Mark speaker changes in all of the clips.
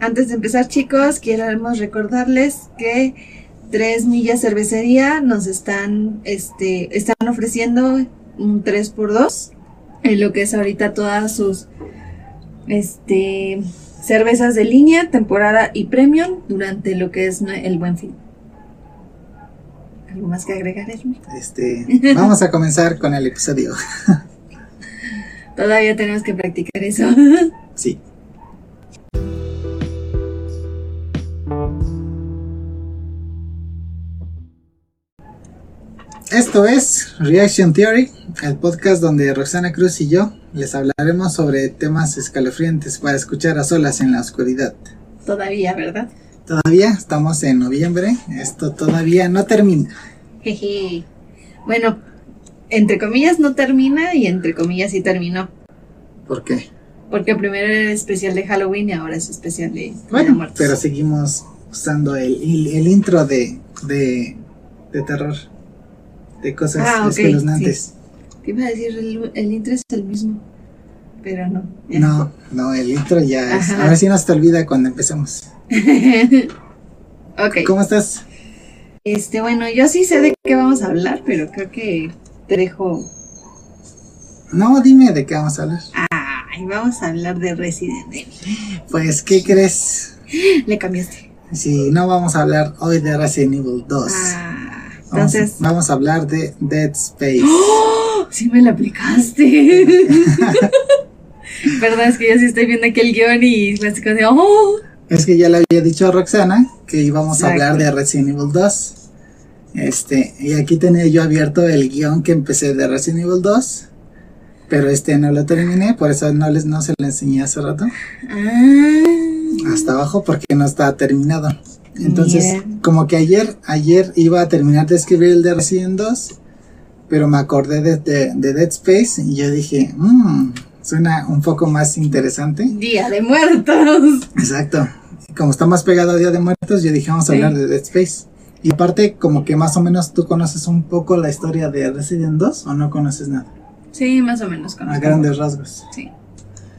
Speaker 1: Antes de empezar, chicos, queremos recordarles que Tres Millas Cervecería nos están, este, están ofreciendo un 3x2 en lo que es ahorita todas sus este, cervezas de línea, temporada y premium durante lo que es el buen fin. ¿Algo más que agregar, Hermi?
Speaker 2: Este, vamos a comenzar con el episodio.
Speaker 1: Todavía tenemos que practicar eso.
Speaker 2: Sí. Esto es Reaction Theory, el podcast donde Roxana Cruz y yo les hablaremos sobre temas escalofriantes para escuchar a solas en la oscuridad.
Speaker 1: Todavía, ¿verdad?
Speaker 2: Todavía estamos en noviembre, esto todavía no termina.
Speaker 1: Jeje. Bueno, entre comillas no termina y entre comillas sí terminó,
Speaker 2: ¿Por qué?
Speaker 1: porque primero era el especial de Halloween y ahora es especial de Día de
Speaker 2: Bueno,
Speaker 1: Muertos.
Speaker 2: pero seguimos usando el, el- el intro de, de, de terror, de cosas
Speaker 1: Ah, ok,
Speaker 2: espeluznantes.
Speaker 1: Te iba a decir, el, el intro es el mismo, pero no. ya.
Speaker 2: No, no, el intro ya es.
Speaker 1: Ajá.
Speaker 2: Ahora sí nos te olvida cuando empezamos.
Speaker 1: ok.
Speaker 2: ¿Cómo estás?
Speaker 1: Este, bueno, yo sí sé de qué vamos a hablar, pero creo que te dejo.
Speaker 2: No, dime de qué vamos a hablar.
Speaker 1: Ay, vamos a hablar de Resident Evil.
Speaker 2: Pues, ¿qué crees?
Speaker 1: Le cambiaste.
Speaker 2: Si no vamos a hablar hoy de Resident Evil 2.
Speaker 1: Ah,
Speaker 2: Vamos-
Speaker 1: entonces.
Speaker 2: Vamos, a hablar de Dead Space.
Speaker 1: ¡Oh! Sí me la aplicaste. Perdón, es que yo sí estoy viendo aquí el guión y me estoy como de, ¡oh!
Speaker 2: Es que ya le había dicho a Roxana que íbamos a
Speaker 1: Exacto.
Speaker 2: hablar de Resident Evil 2. Este, y aquí tenía yo abierto el guión que empecé de Resident Evil 2. Pero este no lo terminé, por eso no, les, no se lo enseñé hace rato.
Speaker 1: Ah.
Speaker 2: Hasta abajo porque no estaba terminado. Entonces,
Speaker 1: Bien.
Speaker 2: como que ayer, ayer iba a terminar de escribir el de Resident 2, pero me acordé de, de- de Dead Space y yo dije, "Mm, suena un poco más interesante.
Speaker 1: Día de muertos.
Speaker 2: Exacto. Como está más pegado a Día de Muertos, yo dije, vamos a
Speaker 1: Sí.
Speaker 2: hablar de Dead Space. Y aparte, como que más o menos tú conoces un poco la historia de Resident 2 o no conoces nada,
Speaker 1: Sí, más o menos.
Speaker 2: a
Speaker 1: conozco.
Speaker 2: grandes rasgos
Speaker 1: Sí.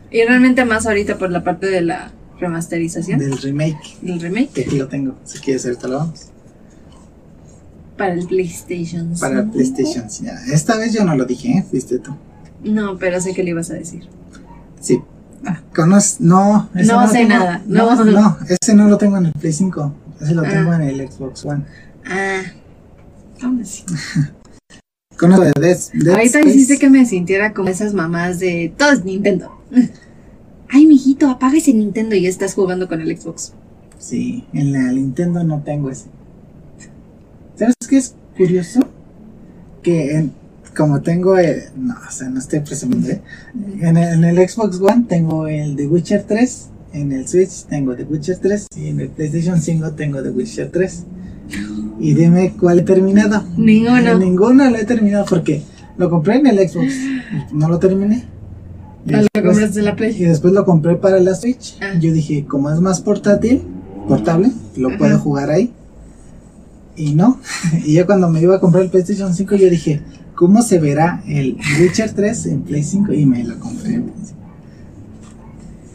Speaker 1: Y realmente más ahorita por la parte de la remasterización,
Speaker 2: del remake,
Speaker 1: del remake,
Speaker 2: que aquí lo tengo, si quieres ahorita lo vamos.
Speaker 1: para el PlayStation.
Speaker 2: Para
Speaker 1: cinco.
Speaker 2: PlayStation, sí, ya. Esta vez yo no lo dije, ¿eh? fuiste tú.
Speaker 1: No, pero sé que le ibas a decir.
Speaker 2: Sí.
Speaker 1: Ah.
Speaker 2: Conoces, no, ese
Speaker 1: No
Speaker 2: lo
Speaker 1: sé
Speaker 2: tengo.
Speaker 1: nada,
Speaker 2: No,
Speaker 1: no.
Speaker 2: no, ese no lo tengo en el Play 5. Ese lo
Speaker 1: Ah.
Speaker 2: tengo en el Xbox One.
Speaker 1: Ah. ¿Dónde sí?
Speaker 2: Conozco de Death, Dead
Speaker 1: Ahorita
Speaker 2: Space.
Speaker 1: hiciste que me sintiera como esas mamás de todo es Nintendo. Ay, mijito, apaga ese Nintendo y ya estás jugando con el Xbox.
Speaker 2: Sí, en la Nintendo no tengo ese. ¿Sabes qué es curioso? Que en- como tengo el. No, o sea, no estoy presumiendo, ¿eh? En el, en el Xbox One tengo el The Witcher 3. En el Switch tengo The Witcher 3. Y en el PlayStation 5 tengo The Witcher 3. Y dime cuál he terminado.
Speaker 1: Ninguno.
Speaker 2: Ninguno lo he terminado porque lo compré en el Xbox. No lo terminé. Y
Speaker 1: No lo
Speaker 2: después-
Speaker 1: compras de la Play.
Speaker 2: y después lo compré para la Switch.
Speaker 1: Ah.
Speaker 2: Yo dije, como es más portátil, portable, lo
Speaker 1: Ajá.
Speaker 2: puedo jugar ahí. Y no. y yo cuando me iba a comprar el PlayStation 5, yo dije, ¿cómo se verá el Witcher 3 en Play 5? Y me lo compré en Play 5.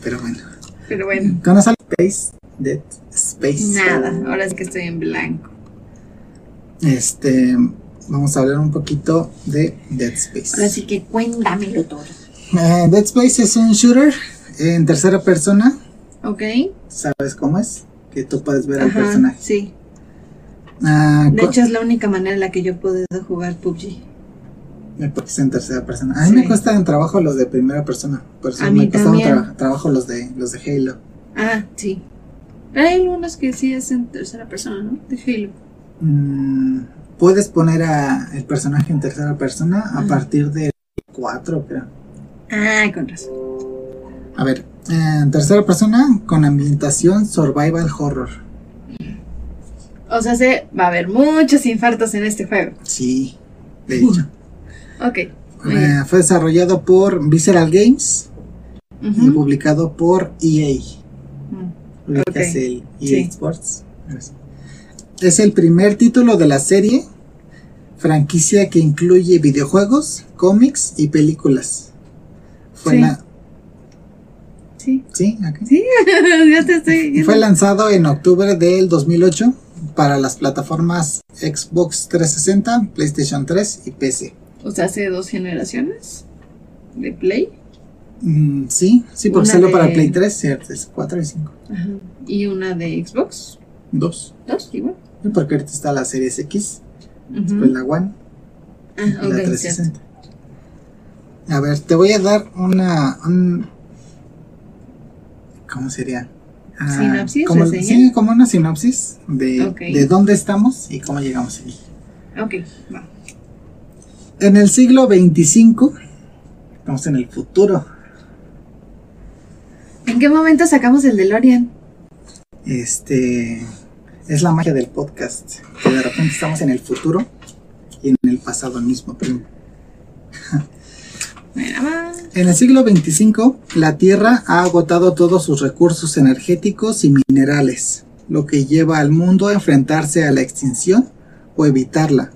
Speaker 2: Pero bueno.
Speaker 1: Pero bueno,
Speaker 2: ¿Conoces al Space? Dead Space.
Speaker 1: nada. Ahora sí que estoy en blanco.
Speaker 2: Este. Vamos a hablar un poquito de Dead Space.
Speaker 1: Ahora sí que cuéntamelo todo.
Speaker 2: Eh, Dead Space es un shooter en tercera persona.
Speaker 1: ¿Ok?
Speaker 2: ¿Sabes cómo es? Que tú puedes ver al
Speaker 1: Ajá,
Speaker 2: personaje.
Speaker 1: Sí.
Speaker 2: Ah,
Speaker 1: De
Speaker 2: co-
Speaker 1: hecho, es la única manera en la que yo he podido jugar PUBG.
Speaker 2: eh, porque es en tercera persona. A mí me
Speaker 1: Sí.
Speaker 2: cuestan trabajo los de primera persona. Por eso
Speaker 1: A mí
Speaker 2: me costaron
Speaker 1: también.
Speaker 2: tra- trabajo los de los de Halo.
Speaker 1: Ah, sí. Pero hay algunos que sí es en tercera persona, ¿no? De Halo.
Speaker 2: Mm, puedes poner a el personaje en tercera persona a
Speaker 1: Ajá.
Speaker 2: partir del 4, creo.
Speaker 1: Ah, con razón.
Speaker 2: A ver, eh, en tercera persona con ambientación survival horror.
Speaker 1: O sea, se va a haber muchos infartos en este juego.
Speaker 2: Sí, de hecho.
Speaker 1: Ok. Uh, muy
Speaker 2: Eh,
Speaker 1: bien.
Speaker 2: fue desarrollado por Visceral Games y
Speaker 1: Ujú.
Speaker 2: publicado por E EA.
Speaker 1: Mm.
Speaker 2: ubicas
Speaker 1: Ok.
Speaker 2: el EA
Speaker 1: Sí.
Speaker 2: Sports. Es el primer título de la serie, franquicia que incluye videojuegos, cómics y películas. Fue
Speaker 1: Sí.
Speaker 2: la-
Speaker 1: Sí.
Speaker 2: Sí, ok.
Speaker 1: Sí, ya te estoy.
Speaker 2: Fue lanzado en octubre del 2008 para las plataformas Xbox 360, PlayStation 3 y PC.
Speaker 1: O sea, hace dos generaciones de Play.
Speaker 2: Mm, sí, sí, porque
Speaker 1: Una
Speaker 2: salió para
Speaker 1: de-
Speaker 2: Play 3, cierto, es 4 y 5.
Speaker 1: Ajá. Y una de Xbox.
Speaker 2: 2.
Speaker 1: Dos, igual.
Speaker 2: Porque ahorita está la Series X,
Speaker 1: Ujú.
Speaker 2: después la One y
Speaker 1: ah,
Speaker 2: la
Speaker 1: ok,
Speaker 2: 360. A ver, te voy a dar una. un- ¿Cómo sería? Ah,
Speaker 1: ¿Sinopsis,
Speaker 2: Como,
Speaker 1: reseña?
Speaker 2: sí, como una sinopsis de,
Speaker 1: Ok.
Speaker 2: de dónde estamos y cómo llegamos allí.
Speaker 1: cierto. Ok, va.
Speaker 2: En el siglo 25, estamos en el futuro.
Speaker 1: ¿En qué momento sacamos el DeLorean?
Speaker 2: Este es la magia del podcast, que de repente estamos en el futuro y en el pasado al mismo tiempo.
Speaker 1: Mira, va.
Speaker 2: En el siglo 25, la Tierra ha agotado todos sus recursos energéticos y minerales, lo que lleva al mundo a enfrentarse a la extinción o evitarla,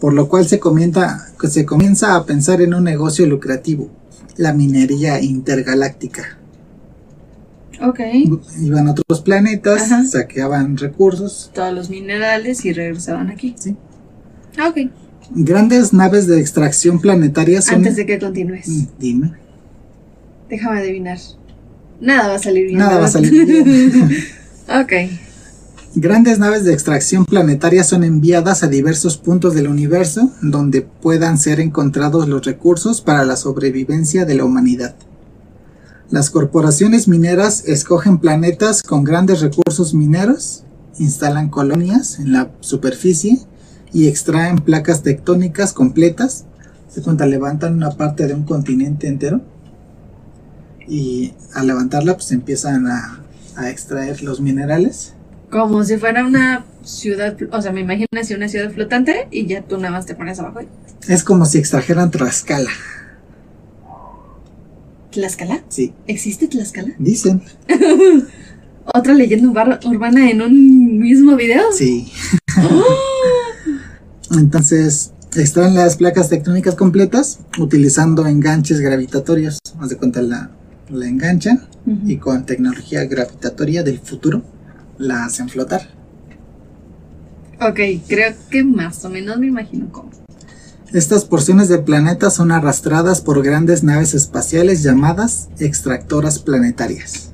Speaker 2: por lo cual se, comienza- que se comienza a pensar en un negocio lucrativo, la minería intergaláctica.
Speaker 1: Ok.
Speaker 2: iban a otros planetas,
Speaker 1: Ajá.
Speaker 2: saqueaban recursos.
Speaker 1: Todos los minerales y regresaban aquí.
Speaker 2: Sí.
Speaker 1: Ah, ok.
Speaker 2: Grandes naves de extracción planetaria son.
Speaker 1: Antes de que continúes,
Speaker 2: Mm, Dime.
Speaker 1: déjame adivinar. Nada va a salir bien.
Speaker 2: Nada va a
Speaker 1: ¿verdad?
Speaker 2: salir bien.
Speaker 1: ok.
Speaker 2: Grandes naves de extracción planetaria son enviadas a diversos puntos del universo donde puedan ser encontrados los recursos para la sobrevivencia de la humanidad. Las corporaciones mineras escogen planetas con grandes recursos mineros, instalan colonias en la superficie y extraen placas tectónicas completas. Se cuenta, levantan una parte de un continente entero y al levantarla pues empiezan a, a extraer los minerales.
Speaker 1: Como si fuera una ciudad, o sea, me imagino así una ciudad flotante y ya tú nada más te pones abajo. y-
Speaker 2: Es como si extrajeran Tlaxcala,
Speaker 1: ¿Tlaxcala?
Speaker 2: sí,
Speaker 1: ¿Existe Tlaxcala?
Speaker 2: dicen,
Speaker 1: ¿Otra leyenda ubar- urbana en un mismo video?
Speaker 2: sí. Entonces, extraen las placas tectónicas completas utilizando enganches gravitatorios. Haz de cuenta, la, la enganchan
Speaker 1: Ujú.
Speaker 2: y con tecnología gravitatoria del futuro la hacen flotar.
Speaker 1: Ok, creo que más o menos me imagino cómo.
Speaker 2: Estas porciones de planeta son arrastradas por grandes naves espaciales llamadas extractoras planetarias,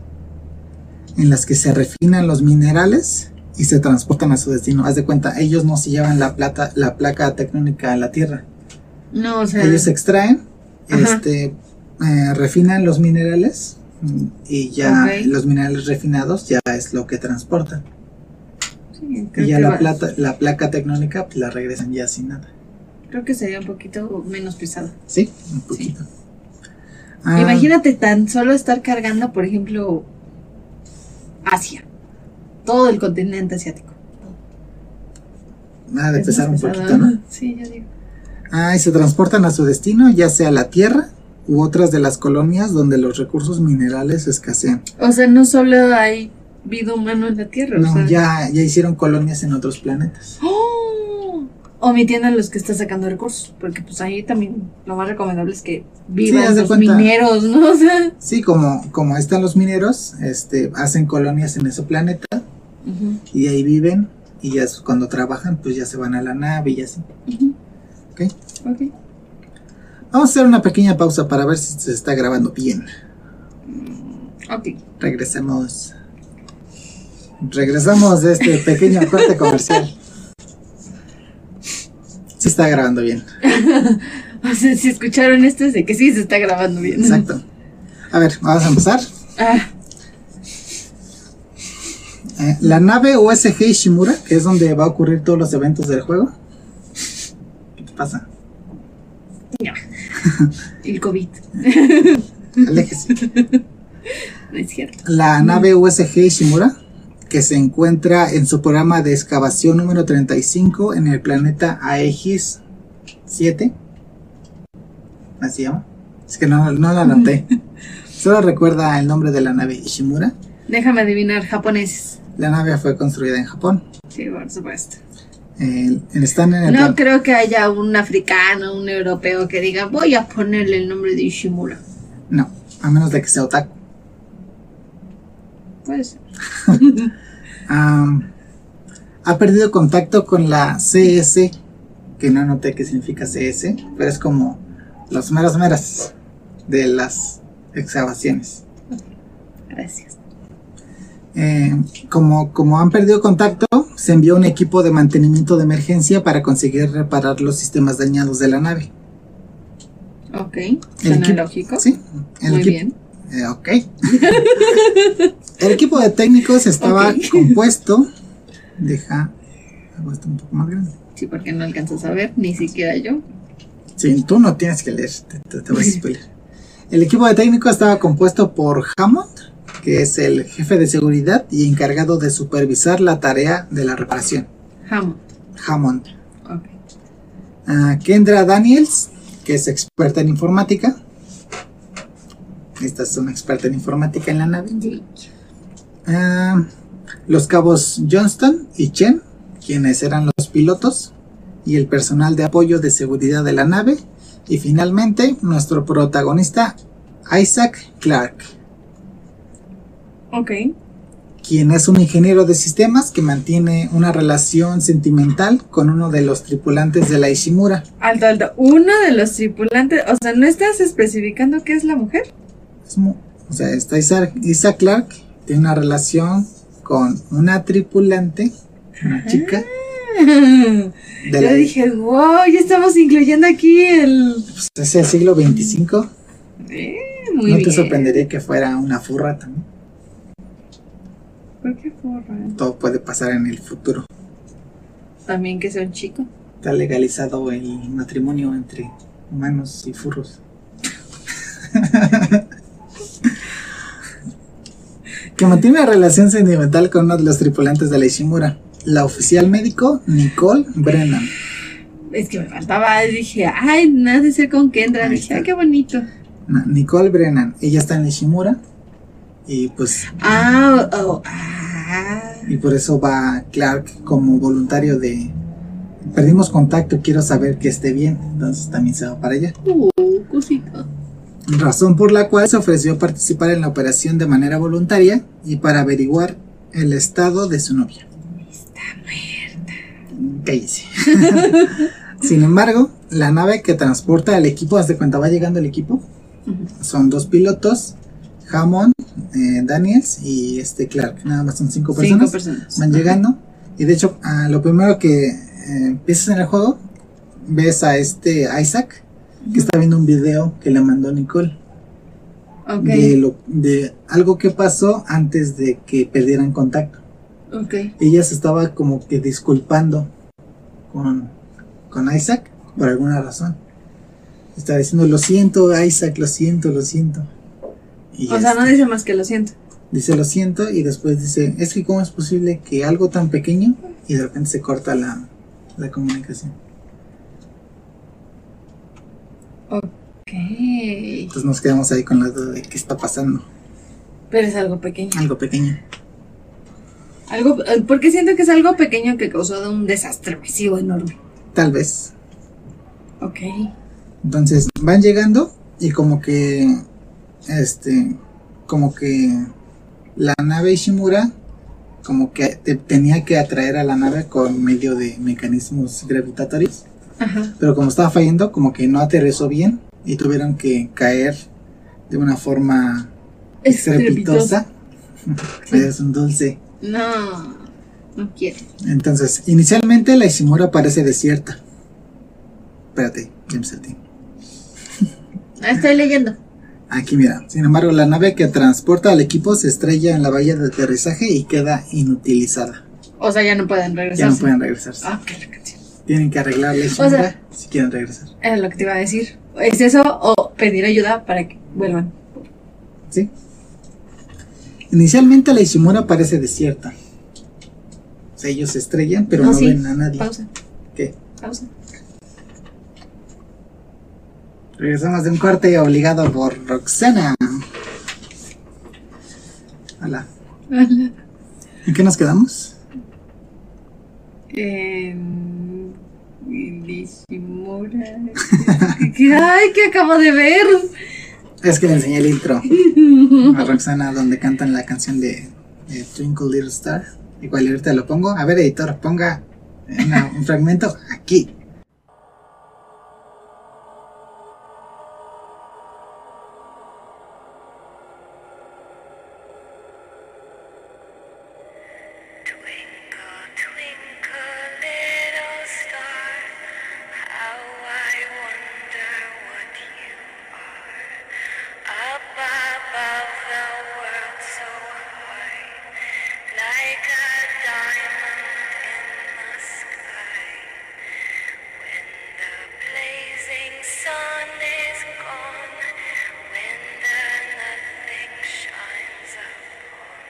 Speaker 2: en las que se refinan los minerales y se transportan a su destino. Haz de cuenta, ellos no se llevan la plata, la placa tectónica a la Tierra.
Speaker 1: No, o sea,
Speaker 2: Ellos extraen,
Speaker 1: Ajá.
Speaker 2: este, eh, refinan los minerales mm, y ya
Speaker 1: Ok.
Speaker 2: los minerales refinados ya es lo que transportan.
Speaker 1: sí, creo,
Speaker 2: Y ya
Speaker 1: que
Speaker 2: la,
Speaker 1: va-
Speaker 2: plata, la placa tectónica pues, la regresan ya sin nada.
Speaker 1: creo que sería un poquito menos pesado.
Speaker 2: Sí, un poquito. Ah,
Speaker 1: Imagínate tan solo estar cargando, por ejemplo, Asia, todo el continente asiático.
Speaker 2: Ah, de
Speaker 1: Es más
Speaker 2: pesar un
Speaker 1: pesado.
Speaker 2: poquito, ¿no?
Speaker 1: Sí, yo digo.
Speaker 2: Ah, y se transportan a su destino, ya sea la Tierra u otras de las colonias donde los recursos minerales escasean.
Speaker 1: O sea, no solo hay vida humana en la Tierra, o sea,
Speaker 2: No, ya, ya hicieron colonias en otros planetas.
Speaker 1: ¡Oh! Omitiendo a los que están sacando recursos, porque pues ahí también lo más recomendable es que
Speaker 2: Sí,
Speaker 1: vivan
Speaker 2: haz de
Speaker 1: los
Speaker 2: cuenta.
Speaker 1: mineros, ¿no? O sea,
Speaker 2: Sí, como, como están los mineros, este, hacen colonias en ese planeta
Speaker 1: ujú,
Speaker 2: y ahí viven y ya es- cuando trabajan pues ya se van a la nave y así.
Speaker 1: ujú.
Speaker 2: Ok.
Speaker 1: Ok.
Speaker 2: Vamos a hacer una pequeña pausa para ver si se está grabando bien.
Speaker 1: Ok.
Speaker 2: Regresemos. Regresamos de este pequeño corte comercial. Se está grabando bien.
Speaker 1: O sea, si escucharon esto es de que sí se está grabando bien.
Speaker 2: Exacto. A ver, vamos a empezar.
Speaker 1: Ah,
Speaker 2: Eh, la nave USG Ishimura, que es donde va a ocurrir todos los eventos del juego. ¿Qué te pasa?
Speaker 1: el COVID.
Speaker 2: Aléjese.
Speaker 1: No es cierto.
Speaker 2: La nave USG Ishimura, que se encuentra en su programa de excavación número 35 en el planeta Aegis 7. Así se llama. Es que no, no la anoté. Solo recuerda el nombre de la nave Ishimura.
Speaker 1: Déjame adivinar, japoneses.
Speaker 2: La nave fue construida en Japón.
Speaker 1: Sí, por supuesto.
Speaker 2: Eh, están en el
Speaker 1: No
Speaker 2: plan-
Speaker 1: creo que haya un africano, un europeo que diga voy a ponerle el nombre de Ishimura.
Speaker 2: no, a menos de que sea otaku.
Speaker 1: puede ser.
Speaker 2: Am, ha perdido contacto con la CS, que no noté qué significa CS, pero es como las meras meras de las excavaciones.
Speaker 1: Gracias.
Speaker 2: Eh, como, como han perdido contacto, se envió un equipo de mantenimiento de emergencia para conseguir reparar los sistemas dañados de la nave.
Speaker 1: Ok. Suena
Speaker 2: equipo-
Speaker 1: lógico.
Speaker 2: Sí, el
Speaker 1: Muy
Speaker 2: equipo-
Speaker 1: bien.
Speaker 2: eh, ok. el equipo de técnicos estaba
Speaker 1: Ok.
Speaker 2: compuesto. Deja. Hago esto un poco más grande.
Speaker 1: Sí, porque no alcanzas a ver, ni siquiera yo.
Speaker 2: Sí, tú no tienes que leer, te, te- te vas a spoiler. El equipo de técnico estaba compuesto por Hammond, que es el jefe de seguridad y encargado de supervisar la tarea de la reparación.
Speaker 1: Jamo.
Speaker 2: Hammond.
Speaker 1: Ok.
Speaker 2: Ah, Kendra Daniels, que es experta en informática. Esta es una experta en informática en la nave. Ah, los cabos Johnston y Chen, quienes eran los pilotos, y el personal de apoyo de seguridad de la nave, y finalmente nuestro protagonista Isaac Clark,
Speaker 1: Ok.
Speaker 2: quien es un ingeniero de sistemas que mantiene una relación sentimental con uno de los tripulantes de la Ishimura.
Speaker 1: Alto, alto. Uno de los tripulantes, o sea, ¿no estás especificando qué es la mujer?
Speaker 2: Es mu- o sea, está Isaac, Isaac Clark tiene una relación con una tripulante, una chica de la
Speaker 1: Yo dije, wow, ya estamos incluyendo aquí el...
Speaker 2: pues, es el siglo 25.
Speaker 1: Eh, muy
Speaker 2: no
Speaker 1: bien.
Speaker 2: te sorprendería que fuera una furra también.
Speaker 1: ¿Por qué forra?
Speaker 2: Todo puede pasar en el futuro.
Speaker 1: También que sea un chico.
Speaker 2: Está legalizado el matrimonio entre humanos y furros. que mantiene una relación sentimental con uno de los tripulantes de la Ishimura, la oficial médico Nicole Brennan.
Speaker 1: Es que me faltaba, dije, ay, nada de ser con Kendra.
Speaker 2: Ahí
Speaker 1: Dije,
Speaker 2: está.
Speaker 1: ay, qué bonito.
Speaker 2: No, Nicole Brennan, ella está en la Ishimura y pues
Speaker 1: Ah, oh, ah.
Speaker 2: y por eso va Clark como voluntario de perdimos contacto, quiero saber que esté bien, entonces también se va para allá.
Speaker 1: Uh, cosita.
Speaker 2: razón por la cual se ofreció participar en la operación de manera voluntaria y para averiguar el estado de su novia. Está muerta. dice? Sin embargo, la nave que transporta al equipo, desde cuenta va llegando el equipo,
Speaker 1: Ujú.
Speaker 2: son dos pilotos, Hammond, eh, Daniels y este Clark, nada más son cinco personas
Speaker 1: Cinco personas.
Speaker 2: van llegando. Y de hecho, ah, lo primero que eh, empiezas en el juego, ves a este Isaac que está viendo un video que le mandó Nicole
Speaker 1: Ok,
Speaker 2: de, lo, de algo que pasó antes de que perdieran contacto.
Speaker 1: ok.
Speaker 2: Ella se estaba como que disculpando con, con Isaac por alguna razón. Estaba diciendo, lo siento Isaac, lo siento, lo siento. Y
Speaker 1: O sea, no
Speaker 2: este,
Speaker 1: dice más que lo siento.
Speaker 2: Dice lo siento y después dice, es que cómo es posible que algo tan pequeño y de repente se corta la, la comunicación.
Speaker 1: Ok.
Speaker 2: Entonces nos quedamos ahí con la duda de qué está pasando.
Speaker 1: Pero es algo pequeño.
Speaker 2: Algo pequeño.
Speaker 1: Algo, eh, porque siento que es algo pequeño que causó un desastre masivo enorme.
Speaker 2: Tal vez.
Speaker 1: Ok.
Speaker 2: Entonces van llegando y como que, este, como que la nave Ishimura como que te- tenía que atraer a la nave con medio de mecanismos gravitatorios.
Speaker 1: Ajá.
Speaker 2: pero como estaba fallando, como que no aterrizó bien y tuvieron que caer de una forma estrepitosa. es un dulce.
Speaker 1: No, no quiero.
Speaker 2: Entonces, inicialmente la Ishimura parece desierta. Espérate, ya me salté.
Speaker 1: Ah, Estoy leyendo.
Speaker 2: Aquí mira, sin embargo, la nave que transporta al equipo se estrella en la valla de aterrizaje y queda inutilizada.
Speaker 1: O sea, ya no pueden
Speaker 2: Ya
Speaker 1: regresar.
Speaker 2: no pueden regresarse.
Speaker 1: Ah, qué la canción.
Speaker 2: Tienen que arreglar la Ishimura si quieren regresar.
Speaker 1: Era lo que te iba a decir. ¿Es eso o pedir ayuda para que vuelvan?
Speaker 2: ¿Sí? Inicialmente la Ishimura parece desierta. O sea, ellos se estrellan, pero
Speaker 1: Ah,
Speaker 2: no
Speaker 1: sí.
Speaker 2: ven a nadie.
Speaker 1: Pausa.
Speaker 2: ¿Qué?
Speaker 1: Pausa.
Speaker 2: Regresamos de un corte obligado por Roxana. Hola. ¿En qué nos quedamos?
Speaker 1: En Nishimura. ¿Qué? Ay, que acabo de ver.
Speaker 2: Es que le enseñé el intro a Roxana donde cantan la canción de eh, Twinkle Little Star. Igual ahorita lo pongo. A ver, editor, ponga una- un fragmento aquí.
Speaker 3: Twinkle, twinkle, little star, how I wonder what you are. Up above the world so high, like a diamond in the sky. When the blazing sun is gone, when the nothing shines upon.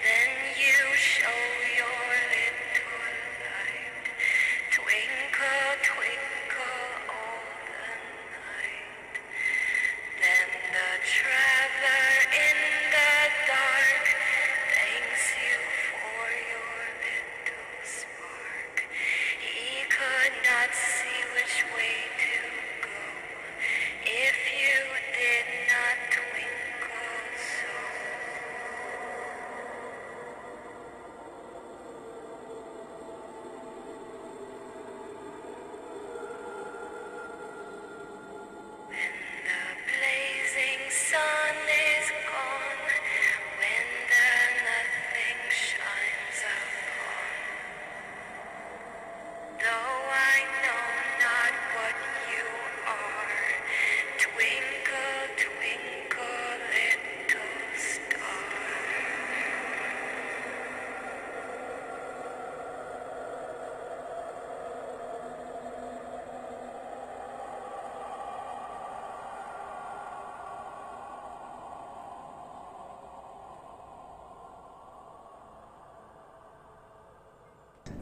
Speaker 3: Then you show your little light, twinkle, twinkle all the night. Then the traveler in the dark thanks you for your little spark. He could not see which way to go if you did not twinkle so. The blazing sun is gone when the nothing shines upon. Though I know not what you are, twinkle, twinkle, little star.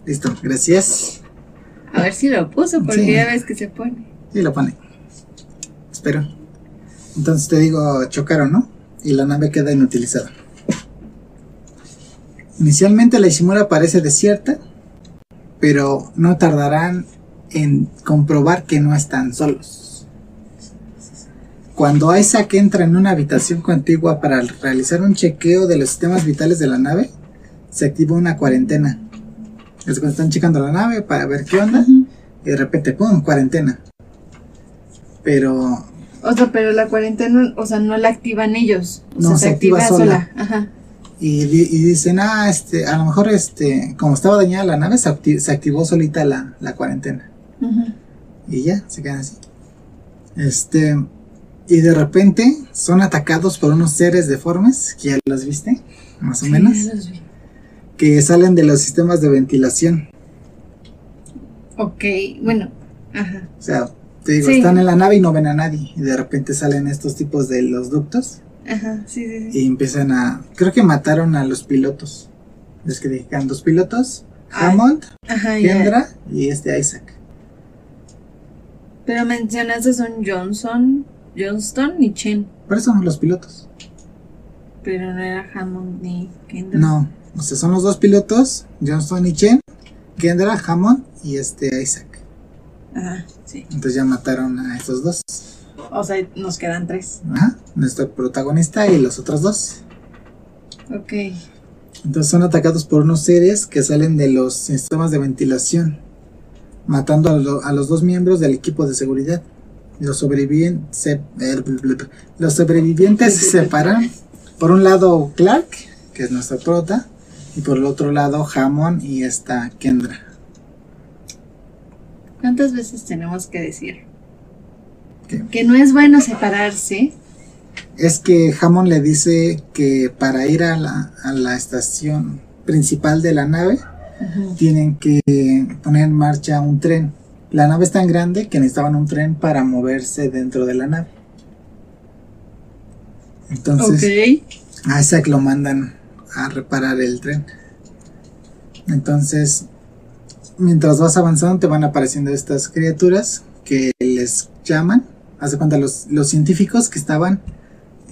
Speaker 2: Listo, gracias.
Speaker 1: A ver si lo puso, porque
Speaker 2: Sí.
Speaker 1: ya ves que se pone.
Speaker 2: Y lo pone. Espero. Entonces te digo, chocaron, ¿no? Y la nave queda inutilizada. Inicialmente la Ishimura parece desierta, pero no tardarán en comprobar que no están solos. Cuando Isaac entra en una habitación contigua para realizar un chequeo de los sistemas vitales de la nave, se activa una cuarentena. Es cuando están checando la nave para ver qué onda y de repente, ¡pum!, cuarentena. Pero
Speaker 1: O sea, pero la cuarentena, o sea, no la activan ellos. O
Speaker 2: No,
Speaker 1: sea,
Speaker 2: se activa sola.
Speaker 1: Ajá.
Speaker 2: Y, di- y dicen, ah, este, a lo mejor, este, como estaba dañada la nave, se, acti- se activó solita la, la cuarentena.
Speaker 1: Ujú.
Speaker 2: Y ya, se quedan así. Este, y de repente son atacados por unos seres deformes, que ya los viste, más o menos,
Speaker 1: Sí, los vi.
Speaker 2: que salen de los sistemas de ventilación.
Speaker 1: Ok, bueno. Ajá.
Speaker 2: O sea, te digo,
Speaker 1: Sí.
Speaker 2: están en la nave y no ven a nadie. Y de repente salen estos tipos de los ductos
Speaker 1: Ajá. Sí, sí, sí.
Speaker 2: y empiezan a, creo que mataron a los pilotos. Es que dejan dos pilotos,
Speaker 1: Ah,
Speaker 2: Hammond
Speaker 1: Ajá, ya.
Speaker 2: Kendra y este Isaac.
Speaker 1: Pero mencionaste son Johnson, Johnston y Chen.
Speaker 2: Pero son los pilotos.
Speaker 1: Pero no era Hammond ni Kendall.
Speaker 2: No, o sea, son los dos pilotos, Johnston y Chen, Kendra, Hammond y este Isaac.
Speaker 1: Ajá, sí.
Speaker 2: Entonces ya mataron a estos dos.
Speaker 1: O sea, nos quedan tres.
Speaker 2: Ajá, nuestro protagonista y los otros dos.
Speaker 1: Ok.
Speaker 2: Entonces son atacados por unos seres que salen de los sistemas de ventilación, matando a, lo- a los dos miembros del equipo de seguridad. Los, sobreviven- se- eh, bl- bl- bl- los sobrevivientes se separan. Por un lado Clark, que es nuestra prota, y por el otro lado Hammond y esta Kendra.
Speaker 1: ¿Cuántas veces tenemos que decir?
Speaker 2: ¿Qué?
Speaker 1: Que no es bueno separarse.
Speaker 2: Es que Hammond le dice que para ir a la, a la estación principal de la nave tienen que poner en marcha un tren. La nave es tan grande que necesitaban un tren para moverse dentro de la nave. Entonces
Speaker 1: Ok.
Speaker 2: a Isaac lo mandan a reparar el tren. Entonces, mientras vas avanzando te van apareciendo estas criaturas que les llaman. Hace cuenta los, los científicos que estaban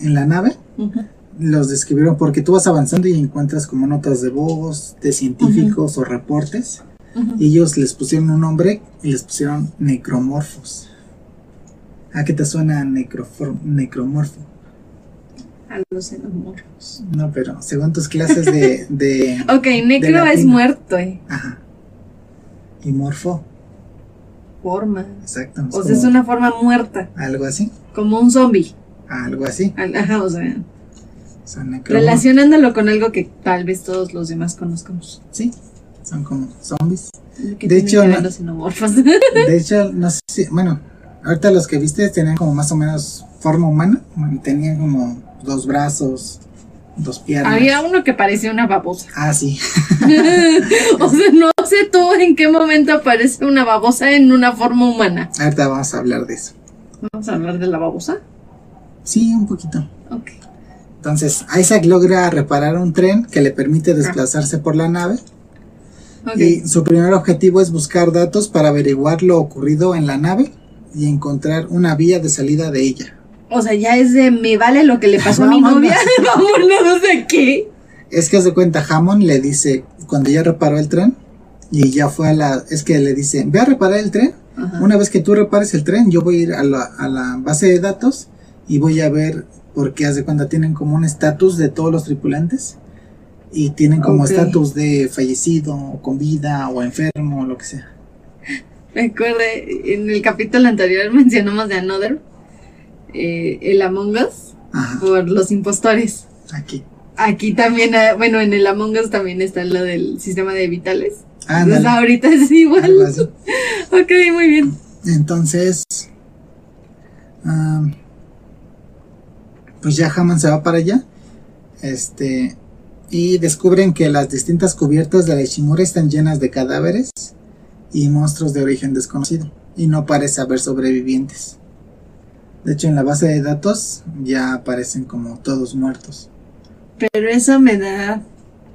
Speaker 2: en la nave
Speaker 1: Ujú.
Speaker 2: los describieron porque tú vas avanzando y encuentras como notas de voz, de científicos o reportes.
Speaker 1: Ujú.
Speaker 2: Y ellos les pusieron un nombre y les pusieron Ah, necromorfos. ¿A qué te suena necrofor- necromorfo?
Speaker 1: a los enamorados.
Speaker 2: No, pero según tus clases de. de
Speaker 1: Ok, necro es
Speaker 2: latino.
Speaker 1: muerto, eh,
Speaker 2: Ajá. Y morfo,
Speaker 1: forma.
Speaker 2: exacto. es
Speaker 1: O sea, es
Speaker 2: como
Speaker 1: una forma muerta,
Speaker 2: Algo así.
Speaker 1: como un zombie.
Speaker 2: Algo así.
Speaker 1: Al- Ajá, o sea,
Speaker 2: Son necromor-
Speaker 1: relacionándolo con algo que tal vez todos los demás conozcamos.
Speaker 2: Sí, son como zombies.
Speaker 1: ¿Qué
Speaker 2: De
Speaker 1: tienen
Speaker 2: hecho,
Speaker 1: que ver
Speaker 2: no-
Speaker 1: los xenomorfos?
Speaker 2: De hecho, no sé si. Bueno, ahorita los que viste tenían como más o menos forma humana. Bueno, Tenían como dos brazos, dos piernas.
Speaker 1: Había uno que parecía una babosa.
Speaker 2: Ah, sí.
Speaker 1: o sea, no sé tú en qué momento aparece una babosa en una forma humana.
Speaker 2: Ahorita vamos a hablar de eso.
Speaker 1: Vamos a hablar de la babosa.
Speaker 2: Sí, un poquito.
Speaker 1: Ok.
Speaker 2: Entonces, Isaac logra reparar un tren que le permite desplazarse por la nave.
Speaker 1: Ok.
Speaker 2: Y su primer objetivo es buscar datos para averiguar lo ocurrido en la nave y encontrar una vía de salida de ella.
Speaker 1: O sea, ya es de me vale lo que le pasó a mi
Speaker 2: Vámonos.
Speaker 1: novia. Vámonos de aquí.
Speaker 2: Es que se cuenta, Hammond le dice, cuando ya reparó el tren, y ya fue a la... Es que le dice, ve a reparar el tren.
Speaker 1: Ajá.
Speaker 2: Una vez que tú repares el tren, yo voy a ir a la, a la base de datos y voy a ver, porque haz de cuenta, tienen como un estatus de todos los tripulantes. Y tienen como
Speaker 1: Ok.
Speaker 2: estatus de fallecido, o con vida, o enfermo, o lo que sea.
Speaker 1: Me acuerdo, en el capítulo anterior mencionamos de Another, eh, el Among Us,
Speaker 2: Ajá,
Speaker 1: por los impostores.
Speaker 2: aquí.
Speaker 1: Aquí también, eh, bueno, en el Among Us también está lo del sistema de vitales. Entonces
Speaker 2: Ándale,
Speaker 1: ahorita es igual.
Speaker 2: algo así.
Speaker 1: Ok, muy bien.
Speaker 2: Entonces, am, pues ya Hammond se va para allá. Este, y descubren que las distintas cubiertas de la Ishimura están llenas de cadáveres y monstruos de origen desconocido. Y no parece haber sobrevivientes. De hecho, en la base de datos ya aparecen como todos muertos.
Speaker 1: Pero eso me da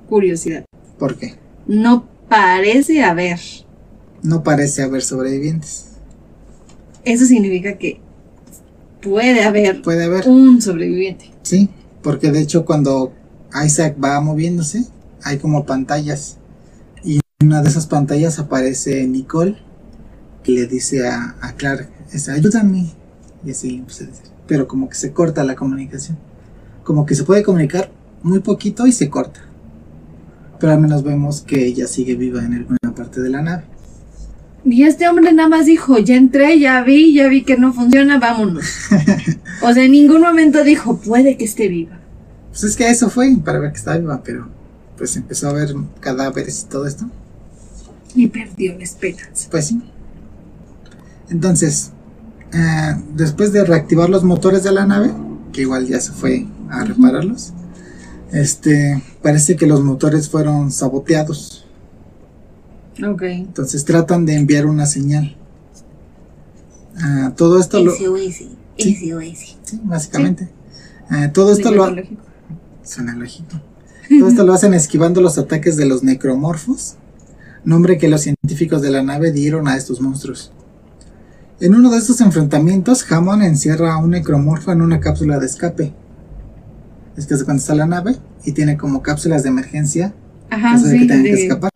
Speaker 1: curiosidad.
Speaker 2: ¿Por qué?
Speaker 1: No parece haber.
Speaker 2: No parece haber sobrevivientes.
Speaker 1: Eso significa que puede haber
Speaker 2: Puede haber.
Speaker 1: un sobreviviente.
Speaker 2: Sí, porque de hecho cuando Isaac va moviéndose, hay como pantallas. Y en una de esas pantallas aparece Nicole, que le dice a, a Clark, es, ayúdame. Y así le empieza a decir. Pero como que se corta la comunicación. Como que se puede comunicar muy poquito y se corta. Pero al menos vemos que ella sigue viva en alguna parte de la nave.
Speaker 1: Y este hombre nada más dijo, ya entré, ya vi, ya vi que no funciona, vámonos. o sea, en ningún momento dijo, puede que esté viva.
Speaker 2: Pues es que eso fue para ver que estaba viva, pero pues empezó a ver cadáveres y todo esto.
Speaker 1: Y perdió la esperanza.
Speaker 2: Pues sí. Entonces, eh, después de reactivar los motores de la nave, que igual ya se fue a repararlos, este, parece que los motores fueron saboteados.
Speaker 1: Ok.
Speaker 2: Entonces tratan de enviar una señal. Ah, todo esto lo...
Speaker 1: SOS,
Speaker 2: Sí.
Speaker 1: SOS.
Speaker 2: sí, básicamente. Ah, todo esto
Speaker 1: Digo,
Speaker 2: lo...
Speaker 1: lógico.
Speaker 2: Suena lógico. Todo esto lo hacen esquivando los ataques de los necromorfos, nombre que los científicos de la nave dieron a estos monstruos. En uno de estos enfrentamientos, Hammond encierra a un necromorfo en una cápsula de escape. Es que se cuando está la nave y tiene como cápsulas de emergencia
Speaker 1: Ajá,
Speaker 2: caso Ah, de que
Speaker 1: sí.
Speaker 2: tengan que
Speaker 1: de-
Speaker 2: escapar.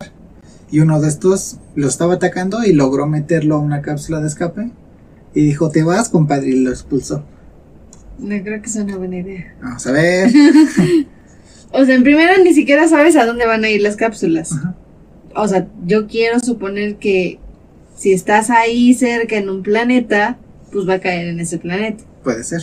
Speaker 2: Y uno de estos lo estaba atacando y logró meterlo a una cápsula de escape y dijo, te vas, compadre, y lo expulsó.
Speaker 1: No creo que sea una buena idea.
Speaker 2: Vamos a ver.
Speaker 1: O sea, en primera ni siquiera sabes a dónde van a ir las cápsulas.
Speaker 2: Ajá.
Speaker 1: O sea, yo quiero suponer que si estás ahí cerca en un planeta, pues va a caer en ese planeta.
Speaker 2: Puede ser.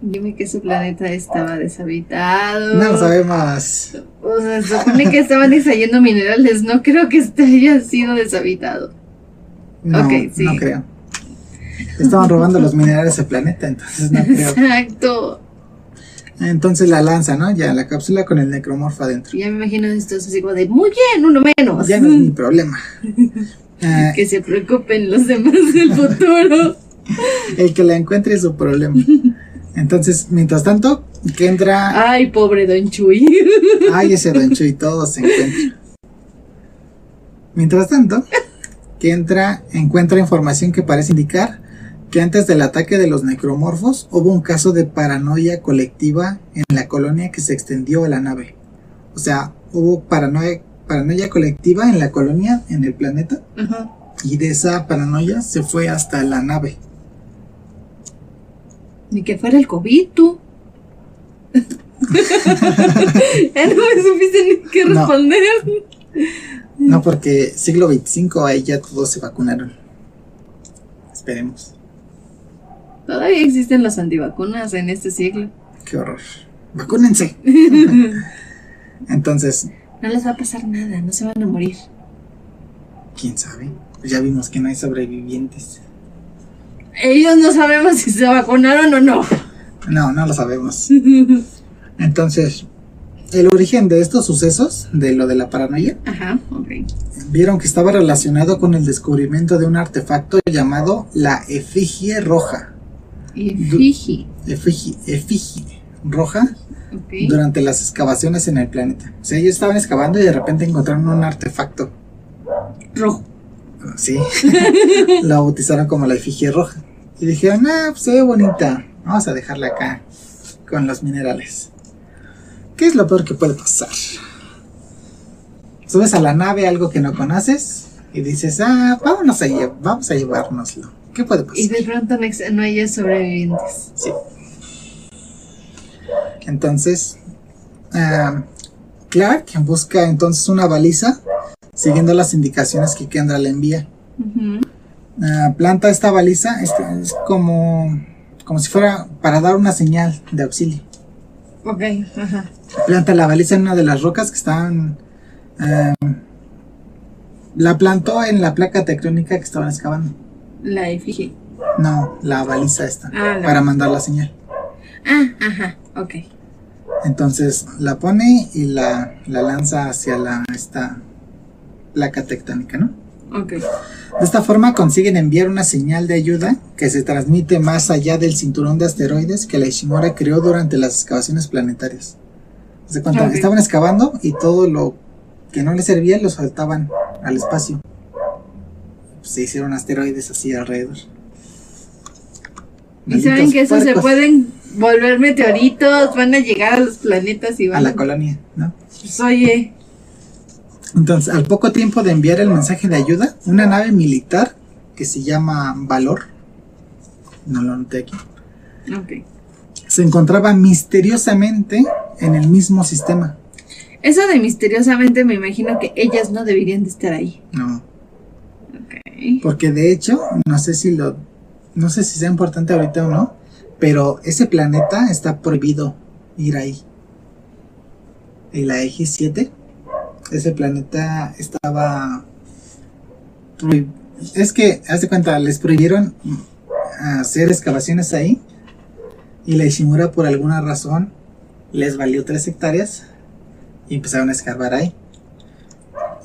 Speaker 1: Dime que ese planeta estaba deshabitado.
Speaker 2: No lo sabemos.
Speaker 1: O sea, se supone que estaban extrayendo minerales. No creo que este haya sido deshabitado.
Speaker 2: No,
Speaker 1: Ok, sí.
Speaker 2: no creo. Estaban robando los minerales del planeta, entonces no creo.
Speaker 1: Exacto.
Speaker 2: Entonces la lanza, ¿no? Ya la cápsula con el necromorfo adentro.
Speaker 1: Ya me imagino esto es así como de muy bien, uno menos.
Speaker 2: Ya no es mi problema. Ah,
Speaker 1: Que se preocupen los demás del futuro.
Speaker 2: el que la encuentre es su problema. Entonces, mientras tanto, que entra.
Speaker 1: Ay, pobre Don Chuy.
Speaker 2: Ay, ese rancho y todo se encuentra. Mientras tanto, que entra, encuentra información que parece indicar que antes del ataque de los necromorfos hubo un caso de paranoia colectiva en la colonia que se extendió a la nave. O sea, hubo paranoia, paranoia colectiva en la colonia, en el planeta,
Speaker 1: Ajá.
Speaker 2: y de esa paranoia se fue hasta la nave.
Speaker 1: Ni que fuera el COVID, tú. ya no me supiste ni qué
Speaker 2: No.
Speaker 1: responder.
Speaker 2: No, porque siglo 25 ahí ya todos se vacunaron. Esperemos.
Speaker 1: Todavía existen las antivacunas en este siglo.
Speaker 2: Qué horror. Vacúnense. Entonces,
Speaker 1: No les va a pasar nada, no se van a morir.
Speaker 2: quién sabe. Ya vimos que no hay sobrevivientes.
Speaker 1: Ellos no sabemos si se vacunaron o no.
Speaker 2: No, no lo sabemos. Entonces, el origen de estos sucesos, de lo de la paranoia,
Speaker 1: Ajá, ok.
Speaker 2: vieron que estaba relacionado con el descubrimiento de un artefacto llamado la efigie roja.
Speaker 1: Y Fiji,
Speaker 2: Efigie, efigie roja
Speaker 1: ok.
Speaker 2: durante las excavaciones en el planeta. O sea, ellos estaban excavando y de repente encontraron un artefacto.
Speaker 1: Rojo.
Speaker 2: Sí. la bautizaron como la efigie roja. Y dijeron, ah, pues se ve bonita. Vamos a dejarla acá con los minerales. ¿Qué es lo peor que puede pasar? Subes a la nave algo que no conoces y dices, ah, vámonos a, lle- vamos a llevárnoslo. ¿Qué puede pasar?
Speaker 1: Y de pronto no, ex- no hay sobrevivientes.
Speaker 2: Sí. Entonces, ah, Clark busca entonces una baliza siguiendo las indicaciones que Kendra le envía.
Speaker 1: Ujú.
Speaker 2: Ah, planta esta baliza este, es como, como si fuera para dar una señal de auxilio.
Speaker 1: Ok, ajá.
Speaker 2: Planta la baliza en una de las rocas que estaban... ah, la plantó en la placa tectónica que estaban excavando.
Speaker 1: La Fiji.
Speaker 2: No, la baliza esta.
Speaker 1: Ah, la-
Speaker 2: para mandar la señal.
Speaker 1: Ah, ajá, ok.
Speaker 2: Entonces la pone y la, la lanza hacia la, esta placa tectónica, ¿no?
Speaker 1: Ok.
Speaker 2: De esta forma consiguen enviar una señal de ayuda que se transmite más allá del cinturón de asteroides que la Ishimura creó durante las excavaciones planetarias. Se cuenta,
Speaker 1: Ok.
Speaker 2: estaban excavando y todo lo que no les servía lo saltaban al espacio. Se hicieron asteroides así alrededor.
Speaker 1: Y saben
Speaker 2: Malditos
Speaker 1: que esos se
Speaker 2: puercos
Speaker 1: pueden volver meteoritos, van a llegar a los planetas y
Speaker 2: A
Speaker 1: van
Speaker 2: la colonia, ¿no?
Speaker 1: Pues, oye,
Speaker 2: Entonces, al poco tiempo de enviar el mensaje de ayuda, una nave militar que se llama Valor, no lo noté aquí,
Speaker 1: ok.
Speaker 2: se encontraba misteriosamente en el mismo sistema.
Speaker 1: Eso de misteriosamente me imagino que ellas no deberían de estar ahí.
Speaker 2: No,
Speaker 1: Ok.
Speaker 2: porque de hecho, no sé si lo, no sé si sea importante ahorita o no, pero ese planeta está prohibido ir ahí. Y la X7, ese planeta estaba prohi- es que, haz de cuenta, les prohibieron mm, hacer excavaciones ahí y la Ishimura por alguna razón les valió 3 hectáreas y empezaron a escarbar ahí.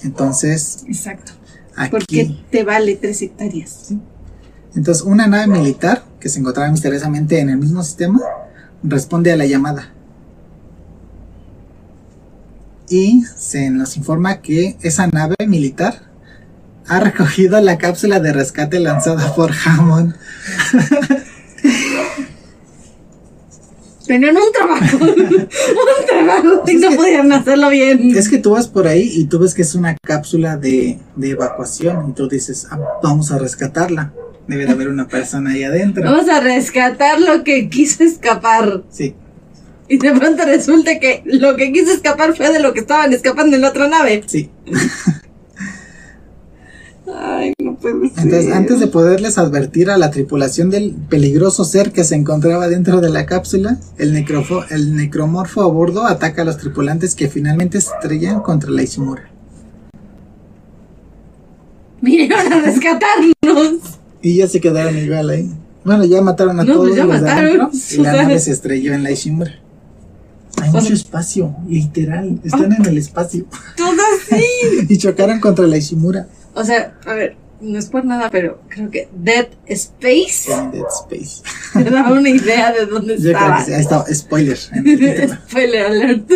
Speaker 2: Entonces,
Speaker 1: Exacto.
Speaker 2: aquí...
Speaker 1: Porque te vale tres hectáreas.
Speaker 2: Entonces, una nave militar que se encontraba misteriosamente en el mismo sistema responde a la llamada. Y se nos informa que esa nave militar ha recogido la cápsula de rescate lanzada por Hammond.
Speaker 1: Tenían un trabajo. un trabajo y no podían hacerlo bien.
Speaker 2: Es que tú vas por ahí y tú ves que es una cápsula de, de evacuación y tú dices, "Ah, vamos a rescatarla. Debe de haber una persona ahí adentro.
Speaker 1: Vamos a rescatar lo que quiso escapar.
Speaker 2: Sí,
Speaker 1: Y de pronto resulta que lo que quiso escapar fue de lo que estaban escapando en la otra nave.
Speaker 2: sí.
Speaker 1: Ay, no puede ser.
Speaker 2: Entonces, antes de poderles advertir a la tripulación del peligroso ser que se encontraba dentro de la cápsula, el, necrofo- el necromorfo a bordo ataca a los tripulantes que finalmente se estrellan contra la Ishimura.
Speaker 1: Vinieron a rescatarnos.
Speaker 2: Y ya se quedaron igual ahí. Bueno, ya mataron a
Speaker 1: No,
Speaker 2: todos
Speaker 1: pues ya
Speaker 2: los de
Speaker 1: mataron.
Speaker 2: adentro y la
Speaker 1: O sea.
Speaker 2: nave se estrelló en la Ishimura. Hay
Speaker 1: O sea-
Speaker 2: mucho espacio, literal. Están en el espacio.
Speaker 1: Todo así.
Speaker 2: Y chocaron contra la Ishimura
Speaker 1: O sea, a ver, no es por nada, pero creo que Dead Space
Speaker 2: en Dead Space.
Speaker 1: te da una idea de dónde
Speaker 2: Yo creo que
Speaker 1: estaba.
Speaker 2: sí. Ahí estaba, spoiler. en el título.
Speaker 1: Spoiler alert.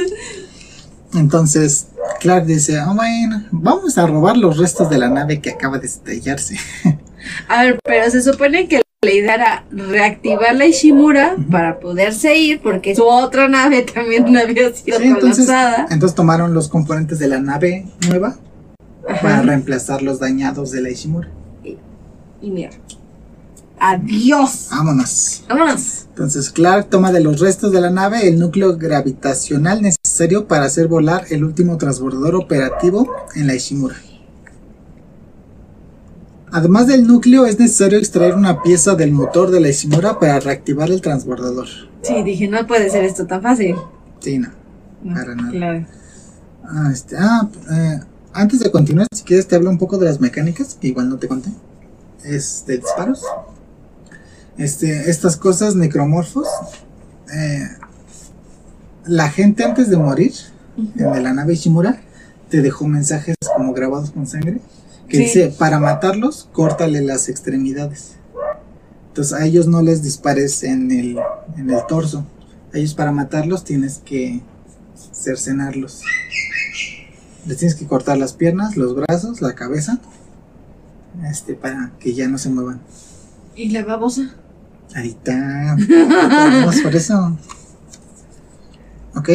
Speaker 2: Entonces, Clark dice, "Ah, bueno, vamos a robar los restos de la nave que acaba de estrellarse.
Speaker 1: A ver, pero se supone que la idea era reactivar la Ishimura para poderse ir porque su otra nave también había sido
Speaker 2: Sí, entonces,
Speaker 1: colapsada.
Speaker 2: entonces tomaron los componentes de la nave nueva para
Speaker 1: Ajá.
Speaker 2: reemplazar los dañados de la Ishimura.
Speaker 1: Y mira, Adiós.
Speaker 2: Vámonos.
Speaker 1: Vámonos.
Speaker 2: Entonces Clark toma de los restos de la nave el núcleo gravitacional necesario para hacer volar el último transbordador operativo en la Ishimura. Además del núcleo es necesario extraer una pieza del motor de la Ishimura para reactivar el transbordador.
Speaker 1: Sí, dije, no puede ser esto tan fácil.
Speaker 2: Sí, no.
Speaker 1: No,
Speaker 2: Para nada.
Speaker 1: claro.
Speaker 2: Ah, este, ah, eh, antes de continuar, si quieres te hablo un poco de las mecánicas, que igual no te conté. Es de disparos. Este, estas cosas necromorfos. eh, la gente antes de morir, en de la nave Ishimura, te dejó mensajes como grabados con sangre. Que
Speaker 1: Sí.
Speaker 2: dice, para matarlos, córtale las extremidades. Entonces a ellos no les dispares en el, en el torso. A ellos para matarlos tienes que cercenarlos. Les tienes que cortar las piernas, los brazos, la cabeza, este, para que ya no se muevan.
Speaker 1: ¿Y la babosa?
Speaker 2: Ahí está. Vamos por eso. Ok.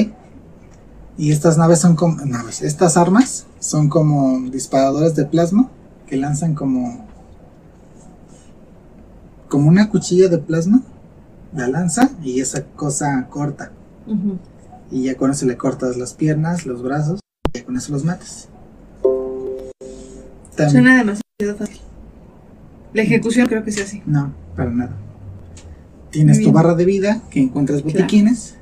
Speaker 2: Y estas naves son como. Naves. Estas armas son como disparadores de plasma que lanzan como. Como una cuchilla de plasma. La lanza y esa cosa corta.
Speaker 1: Ujú.
Speaker 2: Y ya con eso le cortas las piernas, los brazos. Y ya con eso los matas. También-
Speaker 1: Suena demasiado fácil. La ejecución creo que sea así.
Speaker 2: No, para nada. Tienes
Speaker 1: Muy
Speaker 2: tu
Speaker 1: bien.
Speaker 2: barra de vida, que encuentras
Speaker 1: Claro.
Speaker 2: botiquines.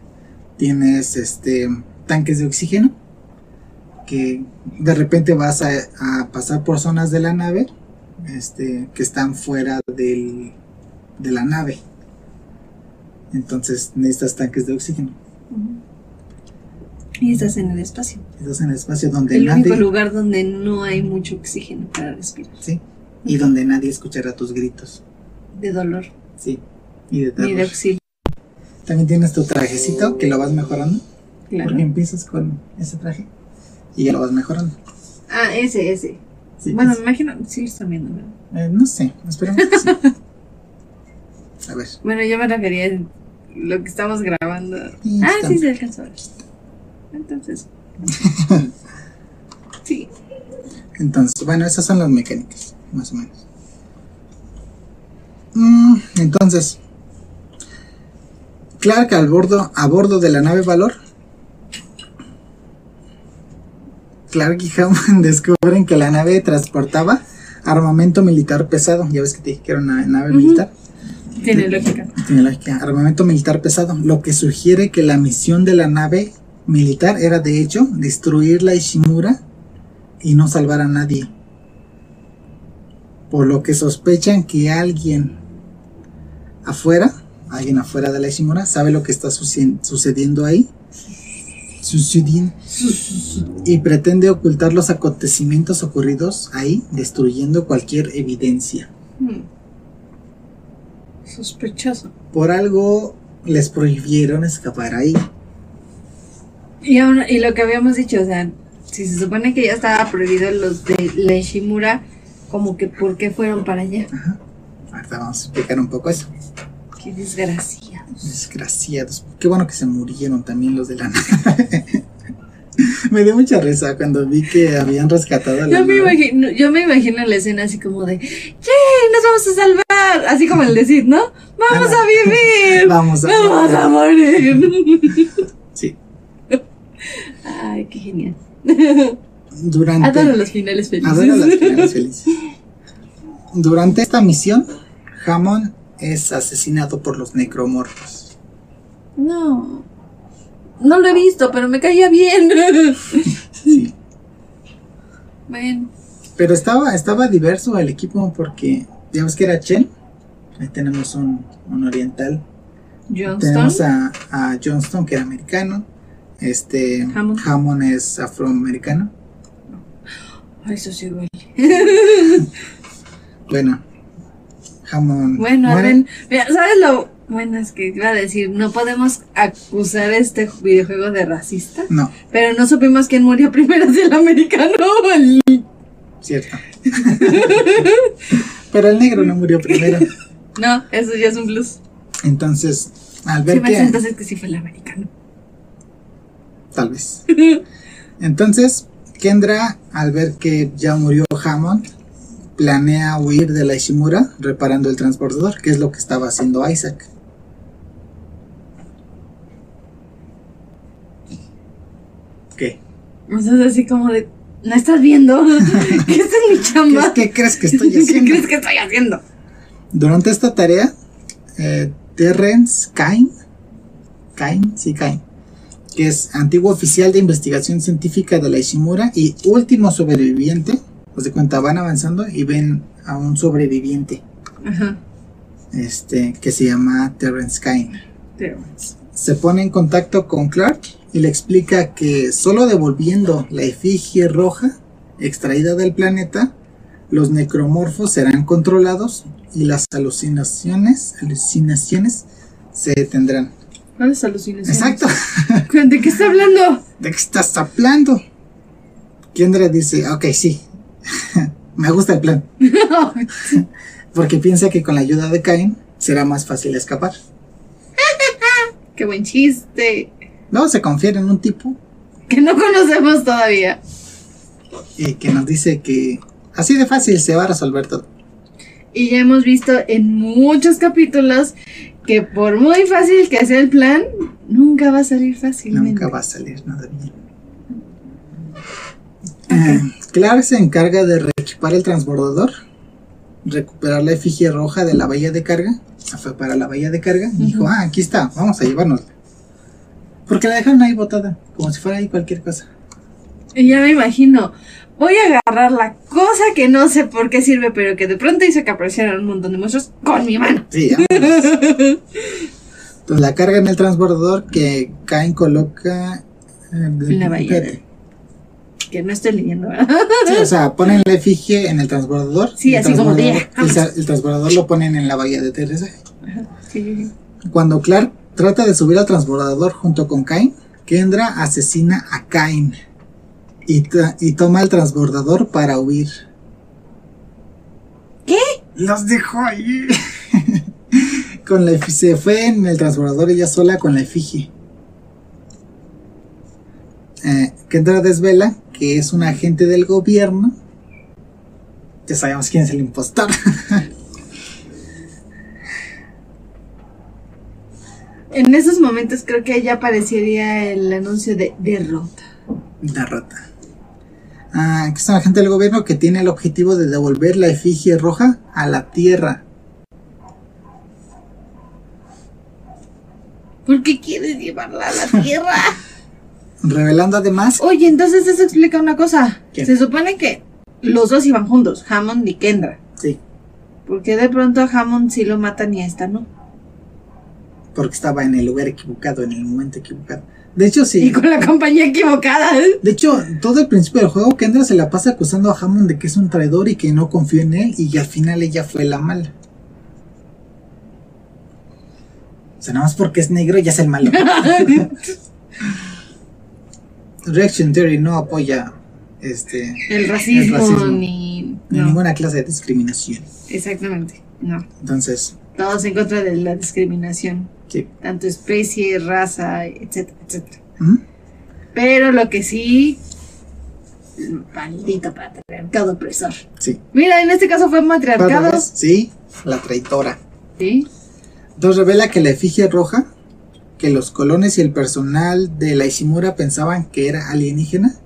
Speaker 2: Tienes este tanques de oxígeno. Que de repente vas a, a pasar por zonas de la nave este, que están fuera del, de la nave. Entonces necesitas tanques de oxígeno.
Speaker 1: Y estás en el espacio.
Speaker 2: Estás en el espacio donde
Speaker 1: el
Speaker 2: nadie.
Speaker 1: único lugar donde no hay mucho oxígeno para respirar.
Speaker 2: sí, Y donde nadie escuchará tus gritos.
Speaker 1: De dolor,
Speaker 2: Sí. Y
Speaker 1: ni
Speaker 2: de
Speaker 1: de
Speaker 2: terror.
Speaker 1: auxilio.
Speaker 2: También tienes tu trajecito que lo vas mejorando.
Speaker 1: Claro.
Speaker 2: Porque empiezas con ese traje y ya lo vas mejorando.
Speaker 1: Ah, ese, ese.
Speaker 2: Sí,
Speaker 1: bueno,
Speaker 2: es-
Speaker 1: me imagino, sí lo están viendo, ¿verdad?
Speaker 2: eh, no sé, esperemos que sí. A ver.
Speaker 1: Bueno, yo me refería a lo que estamos grabando.
Speaker 2: Y
Speaker 1: Ah,
Speaker 2: está-
Speaker 1: sí, se alcanzó. a ver. Entonces. sí.
Speaker 2: Entonces, bueno, esas son las mecánicas, más o menos. Mm, entonces, Clark al bordo, a bordo de la nave Valor. Clark y Hammond descubren que la nave transportaba armamento militar pesado. Ya ves que te dije que era una nave
Speaker 1: Ujú.
Speaker 2: militar.
Speaker 1: Tiene lógica.
Speaker 2: Tiene lógica. Armamento militar pesado, lo que sugiere que la misión de la nave militar era de hecho destruir la Ishimura y no salvar a nadie. Por lo que sospechan que alguien afuera, alguien afuera de la Ishimura, sabe lo que está suci- sucediendo ahí. Sucediendo. Y pretende ocultar los acontecimientos ocurridos ahí, destruyendo cualquier evidencia.
Speaker 1: Hmm. Sospechoso.
Speaker 2: Por algo les prohibieron escapar ahí.
Speaker 1: Y, aún- y lo que habíamos dicho, o sea, si se supone que ya estaba prohibido los de la Ishimura, como que por qué fueron para allá.
Speaker 2: Ahorita vamos a explicar un poco eso.
Speaker 1: Qué desgracia.
Speaker 2: Desgraciados. Qué bueno que se murieron también los de la nave. me dio mucha risa cuando vi que habían rescatado a la
Speaker 1: Yo me,
Speaker 2: nave.
Speaker 1: imagino, yo me imagino la escena así como de, ¡Yay! ¡Nos vamos a salvar! Así como el decir, ¿no? ¡Vamos
Speaker 2: Ana.
Speaker 1: a vivir!
Speaker 2: Vamos a.
Speaker 1: ¡Vamos a morir!
Speaker 2: Sí.
Speaker 1: Ay, qué genial.
Speaker 2: Durante.
Speaker 1: Adoro los finales felices.
Speaker 2: Adoro las primeras felices. Durante esta misión, Hammond es asesinado por los necromorfos.
Speaker 1: No. No lo he visto, pero me caía bien.
Speaker 2: Sí.
Speaker 1: bueno,
Speaker 2: Pero estaba, estaba diverso el equipo porque ya ves que era Chen. Ahí tenemos un, un oriental. Tenemos
Speaker 1: Johnston.
Speaker 2: a, a Johnston, que era americano. Este
Speaker 1: Hammond.
Speaker 2: Hammond es afroamericano.
Speaker 1: Ay, eso sí huele.
Speaker 2: Bueno, Hammond.
Speaker 1: Bueno,
Speaker 2: muere.
Speaker 1: Arden, mira, ¿sabes lo bueno? Es que iba a decir, no podemos acusar este videojuego de racista,
Speaker 2: No,
Speaker 1: pero no supimos quién murió primero, si el americano o el...
Speaker 2: cierto. Pero el negro no murió primero.
Speaker 1: No, eso ya es un plus.
Speaker 2: Entonces, al ver
Speaker 1: Se me hace
Speaker 2: que.
Speaker 1: entonces que sí fue el americano.
Speaker 2: Tal vez. Entonces, Kendra, al ver que ya murió Hammond, planea huir de la Ishimura reparando el transportador, que es lo que estaba haciendo Isaac. ¿Qué?
Speaker 1: Entonces así como de, ¿no estás viendo? que esta es mi
Speaker 2: ¿Qué,
Speaker 1: chamba.
Speaker 2: qué crees que estoy
Speaker 1: ¿Qué
Speaker 2: haciendo?
Speaker 1: crees que estoy haciendo?
Speaker 2: Durante esta tarea, eh, Terrence Kain, Kain, sí, Kain, que es antiguo oficial de investigación científica de la Ishimura y último sobreviviente, pues de cuenta van avanzando y ven a un sobreviviente,
Speaker 1: Ajá,
Speaker 2: este, que se llama Terrence Kain.
Speaker 1: pero...
Speaker 2: Se pone en contacto con Clark y le explica que solo devolviendo la efigie roja extraída del planeta, los necromorfos serán controlados y las alucinaciones, alucinaciones se detendrán.
Speaker 1: ¿Cuáles alucinaciones?
Speaker 2: Exacto.
Speaker 1: ¿De qué está hablando?
Speaker 2: ¿De qué estás hablando? Kendra dice, ok, sí. Me gusta el plan. Porque piensa que con la ayuda de Cain será más fácil escapar.
Speaker 1: qué buen chiste.
Speaker 2: Luego se confía en un tipo
Speaker 1: Que no conocemos todavía.
Speaker 2: y eh, que nos dice que así de fácil se va a resolver todo.
Speaker 1: Y ya hemos visto en muchos capítulos que por muy fácil que sea el plan, nunca va a salir fácilmente.
Speaker 2: Nunca va a salir nada bien. Eh, Clark se encarga de reequipar el transbordador, recuperar la efigie roja de la valla de carga, Ah, fue para la valla de carga, y dijo,
Speaker 1: Ujú.
Speaker 2: ah, aquí está, vamos a llevárnosla. Porque la dejaron ahí botada, como si fuera ahí cualquier cosa.
Speaker 1: Y ya me imagino, voy a agarrar la cosa que no sé por qué sirve, pero que de pronto hizo que aparecieran un montón de monstruos con mi mano.
Speaker 2: Sí, vámonos. Entonces la carga en el transbordador que Cain coloca... eh, En
Speaker 1: La valla de- Que no estoy leyendo, ¿verdad?
Speaker 2: Sí, o sea, ponen la efigie en el transbordador.
Speaker 1: Sí,
Speaker 2: y el
Speaker 1: así como ah. de,
Speaker 2: transbordador- el, sa- el transbordador lo ponen en la bahía de aterrizaje.
Speaker 1: Sí.
Speaker 2: Cuando Clark trata de subir al transbordador junto con Cain, Kendra asesina a Cain y, ta- y toma el transbordador para huir.
Speaker 1: ¿Qué?
Speaker 2: Los dejó ahí. con la, efi- se fue en el transbordador ella sola con la efigie. Eh, Kendra desvela que es un agente del gobierno. Ya sabemos quién es el impostor.
Speaker 1: En esos momentos creo que ya aparecería el anuncio de derrota.
Speaker 2: Derrota. Ah, que es un agente del gobierno que tiene el objetivo de devolver la efigie roja a la Tierra.
Speaker 1: ¿Por qué quieres llevarla a la tierra?
Speaker 2: Revelando además.
Speaker 1: Oye, entonces eso explica una cosa.
Speaker 2: ¿Qué?
Speaker 1: Se supone que los dos iban juntos, Hammond y Kendra.
Speaker 2: Sí,
Speaker 1: Porque de pronto a Hammond sí lo matan y a esta no.
Speaker 2: porque estaba en el lugar equivocado, en el momento equivocado. De hecho,
Speaker 1: Y
Speaker 2: sí.
Speaker 1: con la compañía equivocada.
Speaker 2: De hecho, todo el principio del juego, Kendra se la pasa acusando a Hammond de que es un traidor y que no confió en él, y al final ella fue la mala. O sea, nada más porque es negro ya es el malo. Reaction Theory no apoya este,
Speaker 1: El racismo,
Speaker 2: El racismo.
Speaker 1: ni.
Speaker 2: de
Speaker 1: no,
Speaker 2: ninguna clase de discriminación.
Speaker 1: exactamente. No.
Speaker 2: Entonces,
Speaker 1: Todos en contra de la discriminación.
Speaker 2: sí.
Speaker 1: Tanto especie, raza, etcétera, etcétera.
Speaker 2: ¿Mm?
Speaker 1: Pero lo que sí. Maldito patriarcado opresor.
Speaker 2: Sí.
Speaker 1: Mira, en este caso fue matriarcado.
Speaker 2: Otra vez, Sí, la traidora.
Speaker 1: Sí.
Speaker 2: Entonces revela que la efigie roja, que los colones y el personal de la Ishimura pensaban que era alienígena,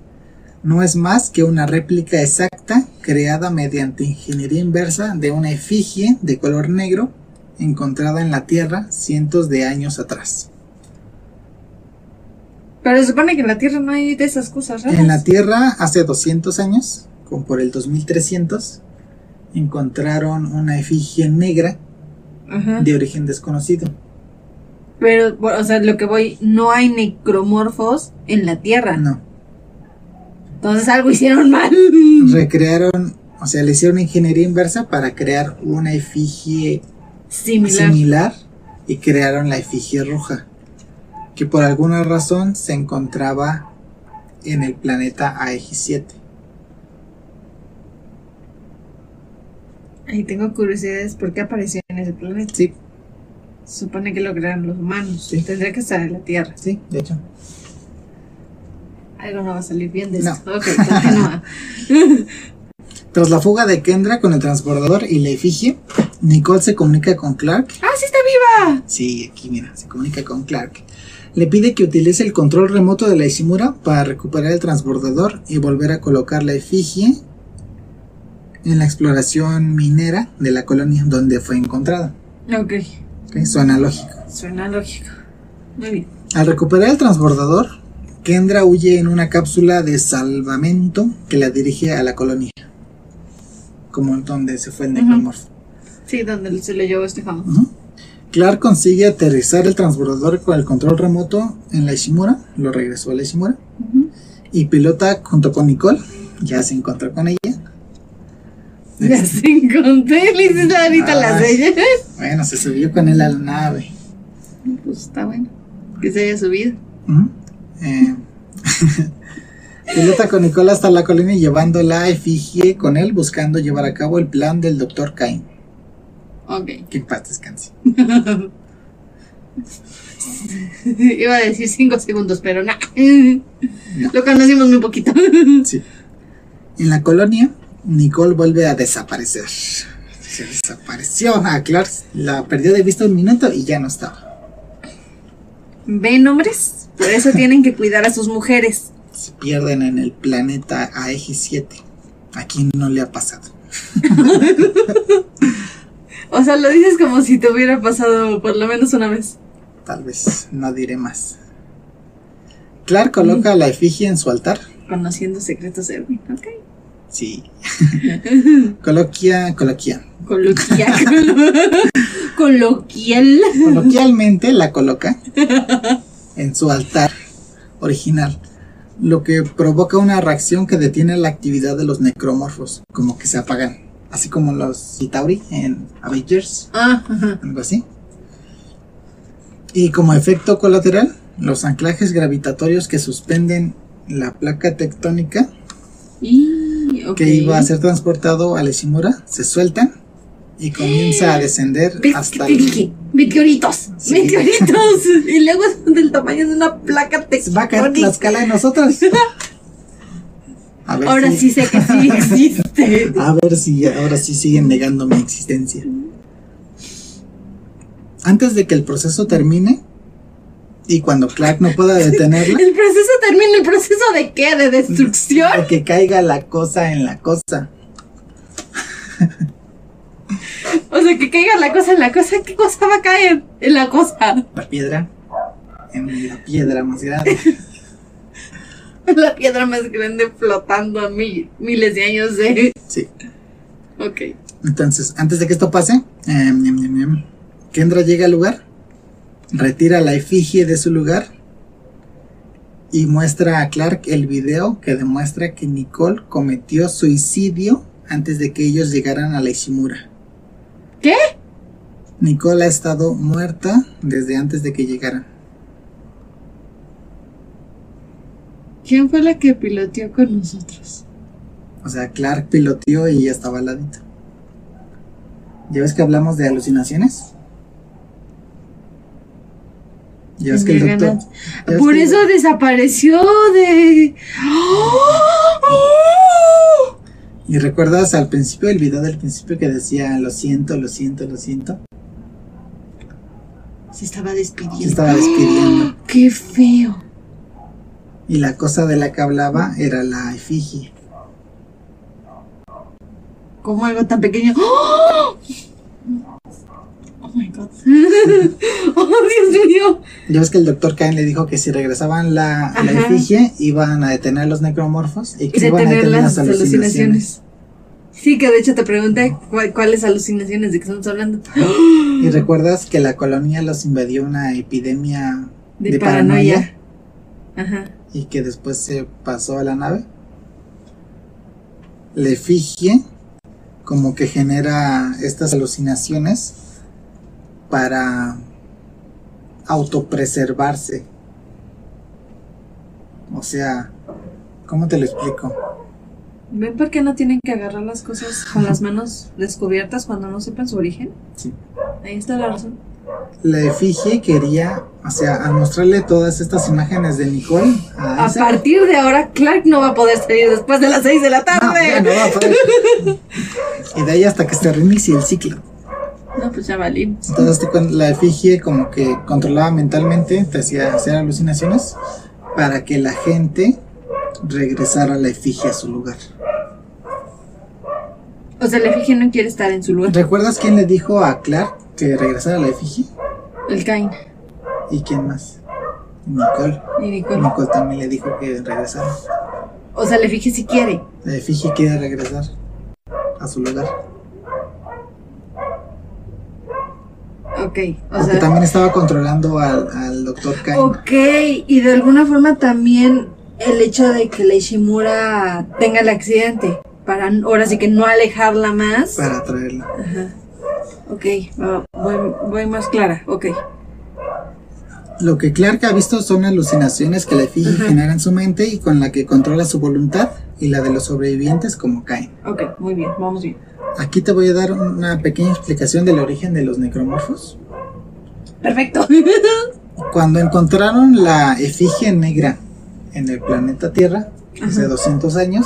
Speaker 2: no es más que una réplica exacta creada mediante ingeniería inversa de una efigie de color negro encontrada en la Tierra cientos de años atrás.
Speaker 1: Pero se supone que en la tierra no hay de esas cosas raras.
Speaker 2: En la Tierra, hace 200 años, como por el 2300, encontraron una efigie negra
Speaker 1: Ajá.
Speaker 2: de origen desconocido.
Speaker 1: Pero, bueno, o sea, lo que voy, no hay necromorfos en la tierra.
Speaker 2: No,
Speaker 1: Entonces algo hicieron mal.
Speaker 2: recrearon, o sea, le hicieron ingeniería inversa para crear una efigie
Speaker 1: Similar.
Speaker 2: similar y crearon la efigie roja, que por alguna razón se encontraba en el planeta AX7.
Speaker 1: Ahí tengo curiosidades por qué apareció en ese planeta.
Speaker 2: Sí,
Speaker 1: Se supone que lo crearon los humanos.
Speaker 2: Sí.
Speaker 1: Tendría que estar en la tierra.
Speaker 2: sí, de hecho.
Speaker 1: Algo no va a salir bien de
Speaker 2: No.
Speaker 1: esto. Ok, continúa.
Speaker 2: Tras la fuga de Kendra con el transbordador y la efigie, Nicole se comunica con Clark.
Speaker 1: ¡Ah, sí está viva!
Speaker 2: Sí, aquí mira, se comunica con Clark. Le pide que utilice el control remoto de la Ishimura para recuperar el transbordador y volver a colocar la efigie en la exploración minera de la colonia donde fue encontrada.
Speaker 1: Ok,
Speaker 2: Ok, Suena lógico.
Speaker 1: suena lógico. Muy bien.
Speaker 2: Al recuperar el transbordador, Kendra huye en una cápsula de salvamento que la dirige a la colonia. Como donde se fue el
Speaker 1: Ujú.
Speaker 2: necromorfo.
Speaker 1: Sí, donde se lo llevó este jamón.
Speaker 2: Ujú. Clark consigue aterrizar el transbordador con el control remoto en la Ishimura, lo regresó a la Ishimura,
Speaker 1: Ujú.
Speaker 2: y pilota junto con Nicole, ya se encontró con ella.
Speaker 1: Ya se encontré, le hiciste ahorita
Speaker 2: Ay.
Speaker 1: las de ella.
Speaker 2: Bueno, se subió con él a la nave.
Speaker 1: Pues está bueno. Que se haya subido.
Speaker 2: Ujú. Eh, pilota con Nicole hasta la colina y llevando la efigie con él, buscando llevar a cabo el plan del Dr. Cain.
Speaker 1: Ok.
Speaker 2: Que en paz descanse.
Speaker 1: Iba a decir cinco segundos, pero nada.
Speaker 2: No.
Speaker 1: Lo conocimos muy poquito.
Speaker 2: Sí. En la colonia, Nicole vuelve a desaparecer. Se desapareció a Clark, la perdió de vista un minuto y ya no estaba.
Speaker 1: ¿Ven, hombres? Por eso tienen que cuidar a sus mujeres.
Speaker 2: Se pierden en el planeta Aegis 7. ¿A quién no le ha pasado?
Speaker 1: O sea, lo dices como si te hubiera pasado por lo menos una vez.
Speaker 2: Tal vez no diré más. Clark coloca la efigie en su altar.
Speaker 1: Conociendo secretos de Erwin, ok.
Speaker 2: Sí. Coloquia, coloquia.
Speaker 1: Coloquial. Coloquial.
Speaker 2: Coloquialmente la coloca en su altar original, lo que provoca una reacción que detiene la actividad de los necromorfos, como que se apagan, así como los Citauri en Avengers,
Speaker 1: Ah, ajá.
Speaker 2: algo así. Y como efecto colateral, los anclajes gravitatorios que suspenden la placa tectónica
Speaker 1: Y, ok.
Speaker 2: que iba a ser transportado a la Ishimura se sueltan y comienza a descender
Speaker 1: Ve-
Speaker 2: hasta
Speaker 1: ve-
Speaker 2: el-
Speaker 1: ve- Meteoritos,
Speaker 2: Sí.
Speaker 1: meteoritos. Y luego son del tamaño de una placa
Speaker 2: Va a caer
Speaker 1: tectónica.
Speaker 2: Tlaxcala de nosotros. A ver
Speaker 1: Ahora
Speaker 2: si-
Speaker 1: sí sé que sí existe.
Speaker 2: A ver si ahora sí siguen negando mi existencia. Antes de que el proceso termine y cuando Clark no pueda detenerla,
Speaker 1: El proceso termina, ¿el proceso de qué? ¿De destrucción?
Speaker 2: de que caiga la cosa en la cosa.
Speaker 1: O sea, que caiga la cosa en la cosa, ¿qué cosa va a caer? En la cosa,
Speaker 2: La piedra en la piedra más grande.
Speaker 1: la piedra más grande flotando a mil, miles de años de...
Speaker 2: Sí.
Speaker 1: Ok.
Speaker 2: Entonces, antes de que esto pase, eh, ñam, ñam, ñam, Kendra llega al lugar, retira la efigie de su lugar y muestra a Clark el video que demuestra que Nicole cometió suicidio antes de que ellos llegaran a la Ishimura.
Speaker 1: ¿Qué?
Speaker 2: Nicole ha estado muerta desde antes de que llegaran.
Speaker 1: ¿Quién fue la que piloteó con nosotros?
Speaker 2: O sea, Clark piloteó y ya estaba al ladito. ¿Ya ves que hablamos de alucinaciones? Ya ves que el
Speaker 1: Tenía
Speaker 2: doctor.
Speaker 1: ganas.
Speaker 2: ya ves
Speaker 1: Por
Speaker 2: que-
Speaker 1: eso desapareció de... ¡Oh!
Speaker 2: ¿Y recuerdas al principio, el video del principio que decía lo siento, lo siento, lo siento?
Speaker 1: Se estaba despidiendo.
Speaker 2: Se estaba despidiendo.
Speaker 1: ¡Qué feo!
Speaker 2: Y la cosa de la que hablaba era la efigie.
Speaker 1: Como algo tan pequeño. ¡Oh! Oh my god. oh Dios mío.
Speaker 2: Ya ves que el doctor Cain le dijo que si regresaban la, la
Speaker 1: Ajá.
Speaker 2: efigie, iban a detener a los necromorfos y que
Speaker 1: Y de
Speaker 2: iban a
Speaker 1: tener
Speaker 2: detener las
Speaker 1: las
Speaker 2: alucinaciones.
Speaker 1: alucinaciones. Sí, que de hecho te pregunté cua- cuáles alucinaciones de que estamos hablando.
Speaker 2: ¿Y recuerdas que la colonia los invadió una epidemia
Speaker 1: De, paranoia. Ajá.
Speaker 2: y que después se pasó a la nave. La efigie como que genera estas alucinaciones para autopreservarse. O sea, ¿cómo te lo explico?
Speaker 1: ¿Ven por qué no tienen que agarrar las cosas con las manos descubiertas cuando no sepan su origen?
Speaker 2: Sí.
Speaker 1: Ahí está la razón.
Speaker 2: la efigie quería, o sea, al mostrarle todas estas imágenes de Nicole a
Speaker 1: A
Speaker 2: Isaac,
Speaker 1: partir de ahora, Clark no va a poder salir después de las 6 de la
Speaker 2: no, ya no
Speaker 1: tarde.
Speaker 2: va a poder. y de ahí hasta que se reinicie el ciclo.
Speaker 1: No, pues ya valí.
Speaker 2: Entonces te cuen- la efigie como que controlaba mentalmente, te hacía hacer alucinaciones para que la gente regresara la efigie a su lugar.
Speaker 1: O sea, la efigie no quiere estar en su lugar.
Speaker 2: ¿Recuerdas quién le dijo a Clark que regresara la efigie?
Speaker 1: El Cain
Speaker 2: ¿Y quién más? Nicole.
Speaker 1: y Nicole.
Speaker 2: Nicole también le dijo que regresara.
Speaker 1: O sea, la efigie sí quiere.
Speaker 2: La efigie quiere regresar a su lugar.
Speaker 1: Ok. O
Speaker 2: Porque
Speaker 1: sea. Oh.
Speaker 2: también estaba controlando al, al doctor Kane.
Speaker 1: Ok, y de alguna forma también el hecho de que la Ishimura tenga el accidente, para n- ahora sí que no alejarla más.
Speaker 2: Para traerla.
Speaker 1: Ajá. Ok, va- voy, voy más clara, ok.
Speaker 2: Lo que Clark ha visto son alucinaciones que la efigie
Speaker 1: Ajá.
Speaker 2: genera en su mente y con la que controla su voluntad y la de los sobrevivientes como Kane.
Speaker 1: Ok, muy bien, vamos bien.
Speaker 2: Aquí te voy a dar una pequeña explicación del origen de los necromorfos.
Speaker 1: Perfecto.
Speaker 2: Cuando encontraron la efigie negra en el planeta Tierra, hace
Speaker 1: Ajá.
Speaker 2: 200 años,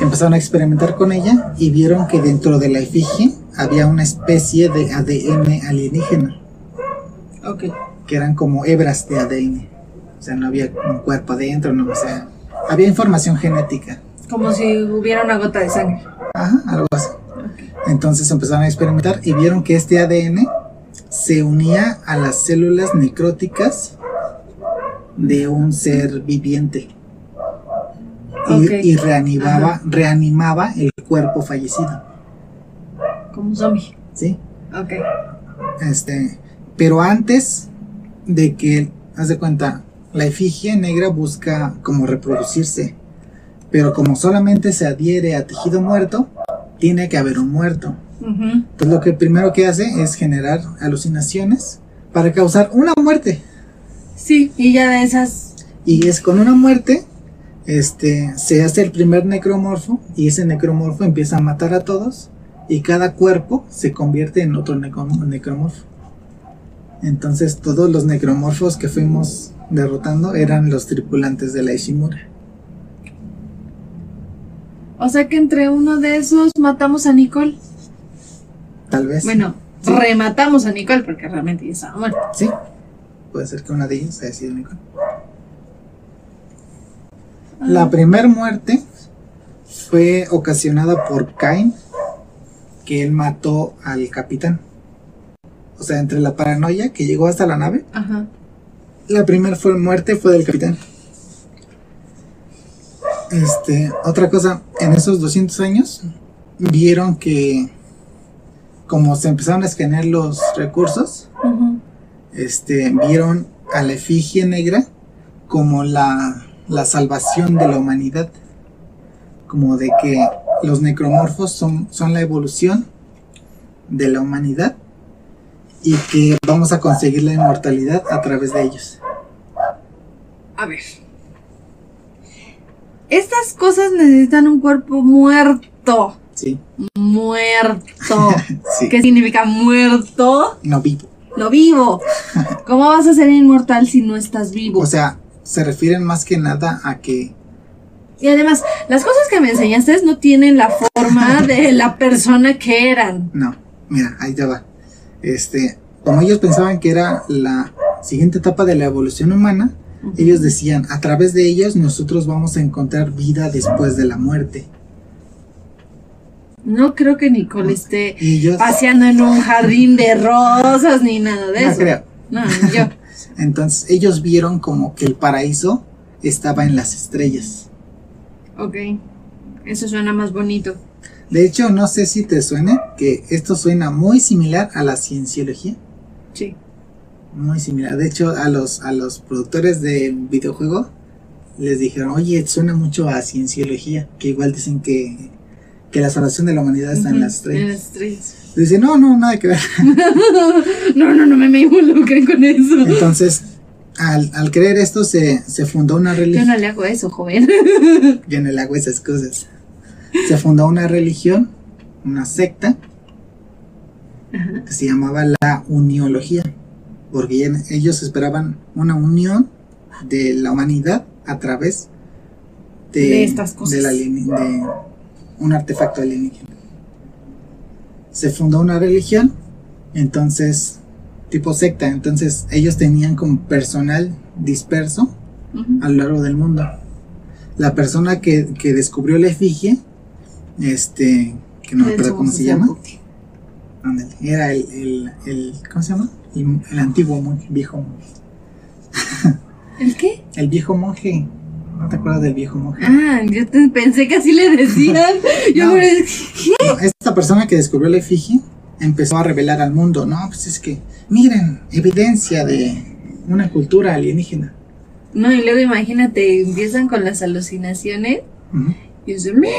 Speaker 2: empezaron a experimentar con ella y vieron que dentro de la efigie había una especie de ADN alienígena,
Speaker 1: ok,
Speaker 2: que eran como hebras de ADN. O sea, no había un cuerpo adentro, no, o sea, había información genética.
Speaker 1: como si hubiera una gota de sangre.
Speaker 2: Ajá, algo así. Entonces empezaron a experimentar y vieron que este ADN se unía a las células necróticas de un ser viviente. Y,
Speaker 1: Ok.
Speaker 2: y reanimaba, reanimaba el cuerpo fallecido.
Speaker 1: Como un zombie.
Speaker 2: ¿sí?
Speaker 1: Ok.
Speaker 2: Este, pero antes de que, haz de cuenta, la efigie negra busca como reproducirse. Pero como solamente se adhiere a tejido muerto, tiene que haber un muerto.
Speaker 1: Ujú.
Speaker 2: Entonces lo que primero que hace es generar alucinaciones para causar una muerte.
Speaker 1: Sí, y ya de esas.
Speaker 2: Y es con una muerte, este, se hace el primer necromorfo y ese necromorfo empieza a matar a todos y cada cuerpo se convierte en otro necrom- necromorfo. Entonces todos los necromorfos que fuimos derrotando eran los tripulantes de la Ishimura.
Speaker 1: O sea que entre uno de esos matamos a Nicole.
Speaker 2: Tal vez.
Speaker 1: Bueno,
Speaker 2: Sí.
Speaker 1: rematamos a Nicole porque realmente ya estaba muerta.
Speaker 2: Sí, puede ser que una de ellas haya sido Nicole. La primera muerte fue ocasionada por Cain, que él mató al capitán. O sea, entre la paranoia que llegó hasta la nave,
Speaker 1: Ajá.
Speaker 2: la primera fue muerte fue del capitán. Este, otra cosa, en esos 200 años vieron que como se empezaron a escanear los recursos,
Speaker 1: Ujú.
Speaker 2: este, vieron a la efigie negra como la, la salvación de la humanidad, como de que los necromorfos son, son la evolución de la humanidad y que vamos a conseguir la inmortalidad a través de ellos.
Speaker 1: A ver. Estas cosas necesitan un cuerpo muerto.
Speaker 2: Sí,
Speaker 1: Muerto.
Speaker 2: sí,
Speaker 1: ¿Qué significa muerto?
Speaker 2: no vivo.
Speaker 1: No vivo. ¿Cómo vas a ser inmortal si no estás vivo?
Speaker 2: O sea, se refieren más que nada a que
Speaker 1: Y además, las cosas que me enseñaste no tienen la forma de la persona que eran.
Speaker 2: No, mira, ahí te va. Este, como ellos pensaban que era la siguiente etapa de la evolución humana,
Speaker 1: Ujú.
Speaker 2: ellos decían, a través de ellos nosotros vamos a encontrar vida después de la muerte.
Speaker 1: No creo que Nicole esté
Speaker 2: Y ellos
Speaker 1: paseando en un jardín de rosas ni nada de
Speaker 2: no
Speaker 1: eso.
Speaker 2: creo.
Speaker 1: No, ni yo.
Speaker 2: Entonces, ellos vieron como que el paraíso estaba en las estrellas.
Speaker 1: Ok. Eso suena más bonito.
Speaker 2: De hecho, no sé si te suene que esto suena muy similar a la cienciología,
Speaker 1: Sí.
Speaker 2: muy similar. De hecho, a los a los productores de videojuego les dijeron, "Oye, suena mucho a cienciología", que igual dicen que que la salvación de la humanidad está en las
Speaker 1: Ujú, en
Speaker 2: estrellas.
Speaker 1: las estrellas.
Speaker 2: Dice, no, no, nada que ver.
Speaker 1: No, no, no me, me involucren con eso.
Speaker 2: Entonces, al, al creer esto, se, se fundó una
Speaker 1: Yo
Speaker 2: religión.
Speaker 1: no le hago eso, joven.
Speaker 2: Yo no le hago esas cosas. Se fundó una religión, una secta, que se llamaba la uniología. porque ya ellos esperaban una unión de la humanidad a través de,
Speaker 1: De estas cosas.
Speaker 2: de la alieni- de un artefacto alienígena. Se fundó una religión, entonces, tipo secta, entonces ellos tenían como personal disperso
Speaker 1: Ujú.
Speaker 2: a lo largo del mundo. La persona que, que descubrió la efigie, este, que no me acuerdo
Speaker 1: Nelson
Speaker 2: cómo se llama,
Speaker 1: sacerdote.
Speaker 2: ándale, era el, el, el- ¿cómo se llama? El, el antiguo monje, el viejo monje.
Speaker 1: ¿El qué?
Speaker 2: El viejo monje, ¿no te acuerdas del viejo monje?
Speaker 1: Ah, yo te- pensé que así le decían. Yo
Speaker 2: No.
Speaker 1: por
Speaker 2: No, esta persona que descubrió la efigie empezó a revelar al mundo, no, pues es que, miren, evidencia de una cultura alienígena.
Speaker 1: No, y luego imagínate, empiezan con las alucinaciones
Speaker 2: Ujú.
Speaker 1: y dicen, mira,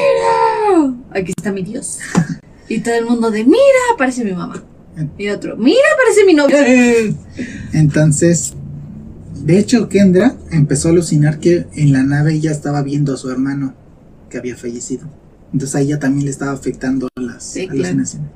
Speaker 1: aquí está mi Dios. Y todo el mundo de, mira, aparece mi mamá. Y otro, mira, aparece mi novio.
Speaker 2: Entonces, de hecho, Kendra empezó a alucinar que en la nave ella estaba viendo a su hermano que había fallecido. Entonces a ella también le estaba afectando las
Speaker 1: Sí, claro.
Speaker 2: alucinaciones.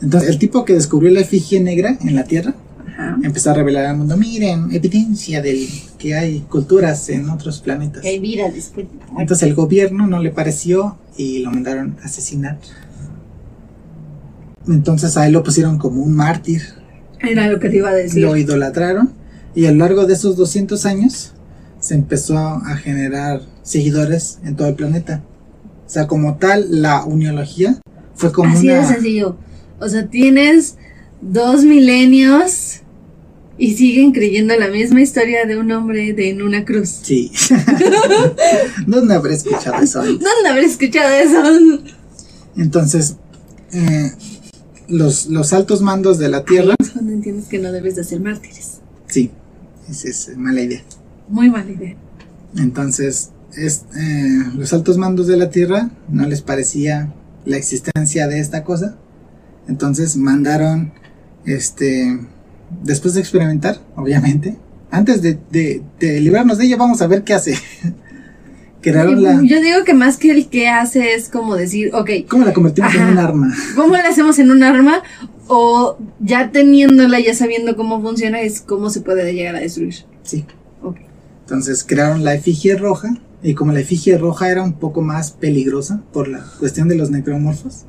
Speaker 2: Entonces, el tipo que descubrió la efigie negra en la Tierra
Speaker 1: Ajá.
Speaker 2: empezó a revelar al mundo, miren, evidencia del que hay culturas en otros planetas.
Speaker 1: Que hay vida después. de la muerte.
Speaker 2: Entonces el gobierno no le pareció y lo mandaron a asesinar. Entonces a él lo pusieron como un mártir
Speaker 1: Era lo que te iba a decir.
Speaker 2: lo idolatraron y a lo largo de esos 200 años se empezó a generar seguidores en todo el planeta. O sea, como tal, la uniología fue como
Speaker 1: Así de
Speaker 2: una...
Speaker 1: sencillo. O sea, tienes dos milenios y siguen creyendo la misma historia de un hombre de en una cruz.
Speaker 2: Sí. ¿Dónde habré escuchado eso? antes?
Speaker 1: ¿Dónde habré escuchado eso?
Speaker 2: Entonces, eh, los, los altos mandos de la Tierra...
Speaker 1: Ahí es cuando entiendes que no debes de ser mártires.
Speaker 2: Sí, esa es mala idea.
Speaker 1: Muy mala idea.
Speaker 2: Entonces, es- eh, los altos mandos de la Tierra no les parecía la existencia de esta cosa. Entonces mandaron, este, después de experimentar, obviamente, antes de, de- de librarnos de ella, vamos a ver qué hace. Crearon la...
Speaker 1: Yo digo que más que el que hace es como decir, ok,
Speaker 2: ¿Cómo la convertimos en
Speaker 1: Ajá.
Speaker 2: un arma?
Speaker 1: ¿cómo la hacemos en un arma? O ya teniéndola, ya sabiendo cómo funciona, es cómo se puede llegar a destruir.
Speaker 2: Sí.
Speaker 1: Ok.
Speaker 2: Entonces crearon la efigie roja y como la efigie roja era un poco más peligrosa por la cuestión de los necromorfos,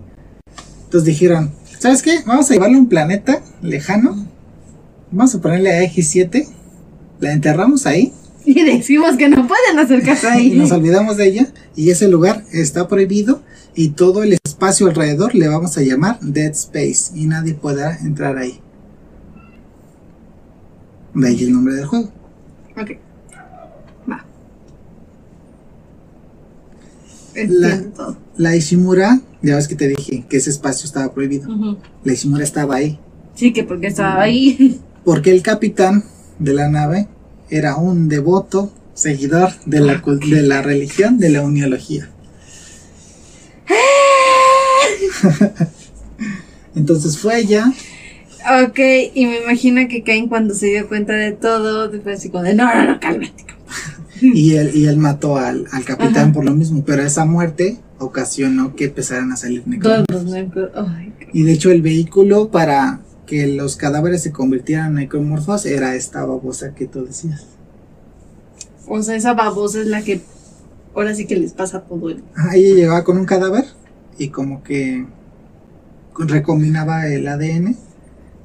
Speaker 2: entonces dijeron, ¿sabes qué? Vamos a llevarle a un planeta lejano, vamos a ponerle a X7, la enterramos ahí,
Speaker 1: Y decimos que no pueden hacer caso ahí.
Speaker 2: y nos olvidamos de ella y ese lugar está prohibido y todo el espacio alrededor le vamos a llamar Dead Space y nadie podrá entrar ahí. De ahí el nombre del juego.
Speaker 1: Ok. Va.
Speaker 2: La-
Speaker 1: Entiendo todo.
Speaker 2: La Ishimura, ya ves que te dije que ese espacio estaba prohibido.
Speaker 1: Ujú.
Speaker 2: La Ishimura estaba ahí.
Speaker 1: Sí, que porque estaba ahí.
Speaker 2: Porque el capitán de la nave era un devoto seguidor de la, cul- de la religión de la uniología. Entonces fue allá.
Speaker 1: ok, y me imagino que Cain cuando se dio cuenta de todo, fue así como de, no, no, no, cálmate.
Speaker 2: Y él, y él mató al, al capitán
Speaker 1: Ajá.
Speaker 2: por lo mismo, pero esa muerte ocasionó que empezaran a salir necromorfos.
Speaker 1: Todos los negros. Ay, qué-
Speaker 2: Y de hecho el vehículo para que los cadáveres se convirtieran en necromorfos era esta babosa que tú decías.
Speaker 1: o sea, esa babosa es la que ahora sí que les pasa todo el...
Speaker 2: Ajá, ella llegaba con un cadáver y como que recombinaba el ADN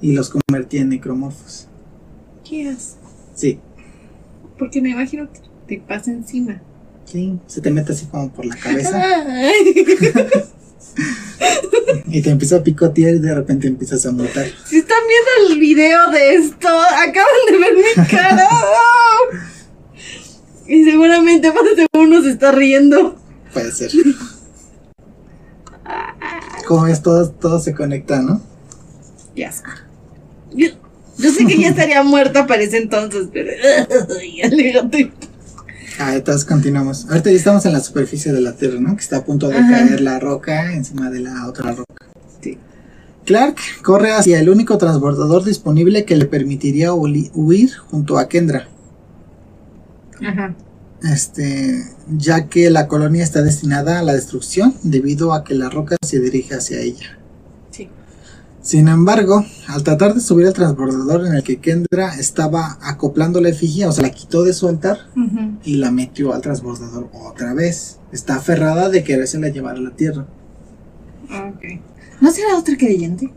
Speaker 2: y los convertía en necromorfos.
Speaker 1: ¿Qué asco?
Speaker 2: Sí,
Speaker 1: Porque me imagino que te pasa encima.
Speaker 2: sí, se te mete así como por la cabeza
Speaker 1: Ay,
Speaker 2: y te empieza a picotear y de repente empiezas a mutar.
Speaker 1: si están viendo el video de esto, acaban de ver mi cara. y seguramente más de uno se está riendo.
Speaker 2: Puede ser. Como ves, todo, todo se conecta, ¿no?
Speaker 1: Qué asco. Yo, yo sé que ya estaría muerta para ese entonces, pero... Ay, aléjate.
Speaker 2: Ah, entonces continuamos. Ahorita ya estamos en la superficie de la Tierra, ¿no? Que está a punto de
Speaker 1: Ajá.
Speaker 2: caer la roca encima de la otra roca.
Speaker 1: Sí.
Speaker 2: Clark corre hacia el único transbordador disponible que le permitiría huli- huir junto a Kendra,
Speaker 1: Ajá.
Speaker 2: este, ya que la colonia está destinada a la destrucción debido a que la roca se dirige hacia ella.
Speaker 1: Sí.
Speaker 2: Sin embargo, al tratar de subir el transbordador en el que Kendra estaba acoplando la efigie, o sea, la quitó de su altar
Speaker 1: Ujú.
Speaker 2: y la metió al transbordador otra vez. Está aferrada de quererse la llevar a la Tierra.
Speaker 1: Ok. ¿No será otra creyente?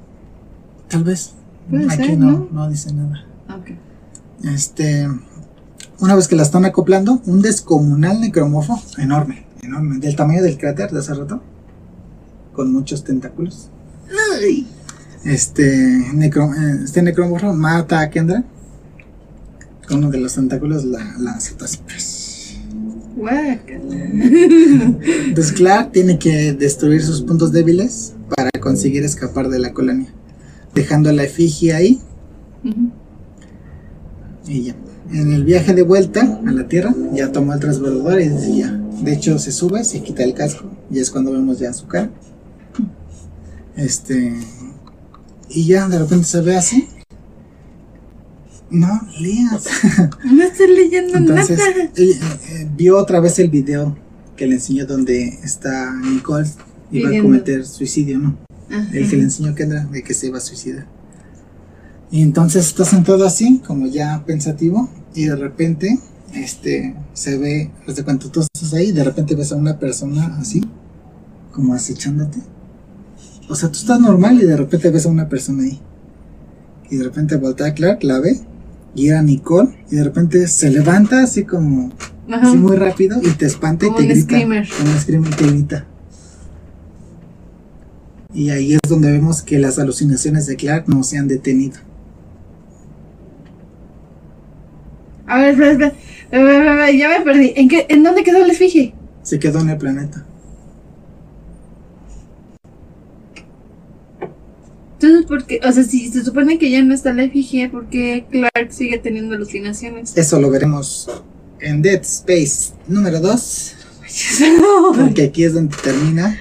Speaker 2: Tal vez.
Speaker 1: Puede
Speaker 2: Aquí
Speaker 1: ser,
Speaker 2: no, no dice nada.
Speaker 1: Ok.
Speaker 2: Este, una vez que la están acoplando, un descomunal necromorfo enorme, enorme, del tamaño del cráter de hace rato, con muchos tentáculos.
Speaker 1: Ay.
Speaker 2: Este, necro- eh, este necromorfo mata a Kendra. Con uno de los tentáculos la, la pues. azota así.
Speaker 1: guácala.
Speaker 2: Entonces Clark tiene que destruir sus puntos débiles para conseguir escapar de la colonia, dejando la efigie ahí
Speaker 1: Ujú.
Speaker 2: Y ya. En el viaje de vuelta a la Tierra, ya tomó el transbordador y dice, ya. De hecho, se sube, se quita el casco y es cuando vemos ya su cara. Este. Y ya de repente se ve así. No leas.
Speaker 1: No estoy leyendo
Speaker 2: Entonces,
Speaker 1: nada.
Speaker 2: ella, eh, vio otra vez el video que le enseñó donde está Nicole y va a
Speaker 1: Pidiendo.
Speaker 2: cometer suicidio, ¿no?
Speaker 1: Ajá.
Speaker 2: El que le enseñó a Kendra de que se iba a suicidar. Y entonces está sentado así, como ya pensativo, y de repente este, se ve, desde cuando tú estás ahí, de repente ves a una persona así, como acechándote. O sea, tú estás normal y de repente ves a una persona ahí. Y de repente voltea a Clark, la ve, y era Nicole, y de repente se levanta así como
Speaker 1: Ajá.
Speaker 2: así muy rápido y te espanta y
Speaker 1: Como
Speaker 2: te
Speaker 1: un
Speaker 2: grita.
Speaker 1: screamer.
Speaker 2: como Un screamer y te grita. Y ahí es donde vemos que las alucinaciones de Clark no se han detenido.
Speaker 1: A ver, espera, espera. Ve, ve, ve, ve, Ya me perdí. ¿En, qué, ¿En dónde quedó el esfinge?
Speaker 2: Se quedó en el planeta.
Speaker 1: Entonces, porque, o sea, si se supone que ya no está la efigie, ¿por qué Clark sigue teniendo alucinaciones?
Speaker 2: Eso lo veremos en Dead Space número 2.
Speaker 1: ¿Es
Speaker 2: Porque aquí es donde termina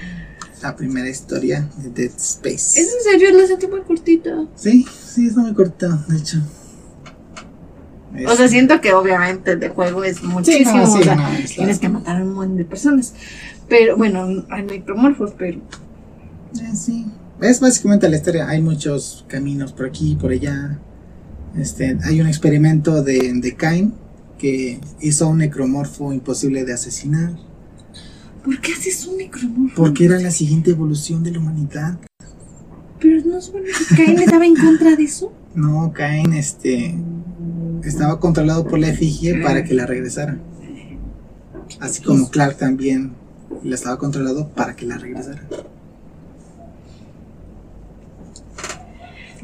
Speaker 2: la primera historia de Dead Space.
Speaker 1: en serio? La sentí muy cortita.
Speaker 2: Sí, sí, está muy cortito, de hecho.
Speaker 1: O sea,
Speaker 2: Es-
Speaker 1: siento que obviamente el de juego es
Speaker 2: Sí,
Speaker 1: muchísimo.
Speaker 2: no, sí,
Speaker 1: o sea,
Speaker 2: no, es
Speaker 1: tienes que matar a un montón de personas. Pero, bueno, hay micromorfos, pero.
Speaker 2: Eh, sí. Es básicamente la historia. Hay muchos caminos por aquí, por allá. Este, hay un experimento de, de Cain que hizo a un necromorfo imposible de asesinar.
Speaker 1: ¿Por qué haces un necromorfo?
Speaker 2: Porque era la siguiente evolución de la humanidad.
Speaker 1: Pero no es bueno que Cain estaba en contra de eso.
Speaker 2: No, Cain este, estaba controlado por la efigie para que la regresara. Así como Clark también la estaba controlado para que la regresara.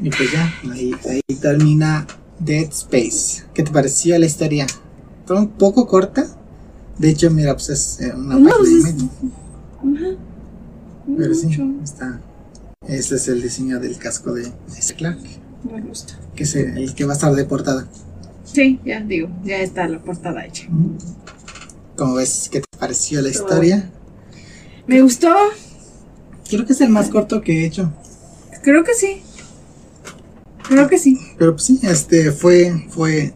Speaker 2: Y pues ya, ahí, ahí termina Dead Space. ¿Qué te pareció la historia? Fue un poco corta. De hecho, mira, pues es eh, una
Speaker 1: No,
Speaker 2: página
Speaker 1: pues
Speaker 2: y
Speaker 1: es-
Speaker 2: media.
Speaker 1: Ajá. No
Speaker 2: Pero sí,
Speaker 1: mucho.
Speaker 2: está. Este es el diseño del casco de de Clark,
Speaker 1: Me gusta.
Speaker 2: que es el el que va a estar deportada.
Speaker 1: Sí, ya digo, ya está la portada hecha.
Speaker 2: Como ves, ¿qué te pareció la
Speaker 1: Todo
Speaker 2: historia?
Speaker 1: Me gustó,
Speaker 2: Creo que es el más corto que he hecho.
Speaker 1: creo que sí. Creo que sí.
Speaker 2: Pero pues sí, este fue, fue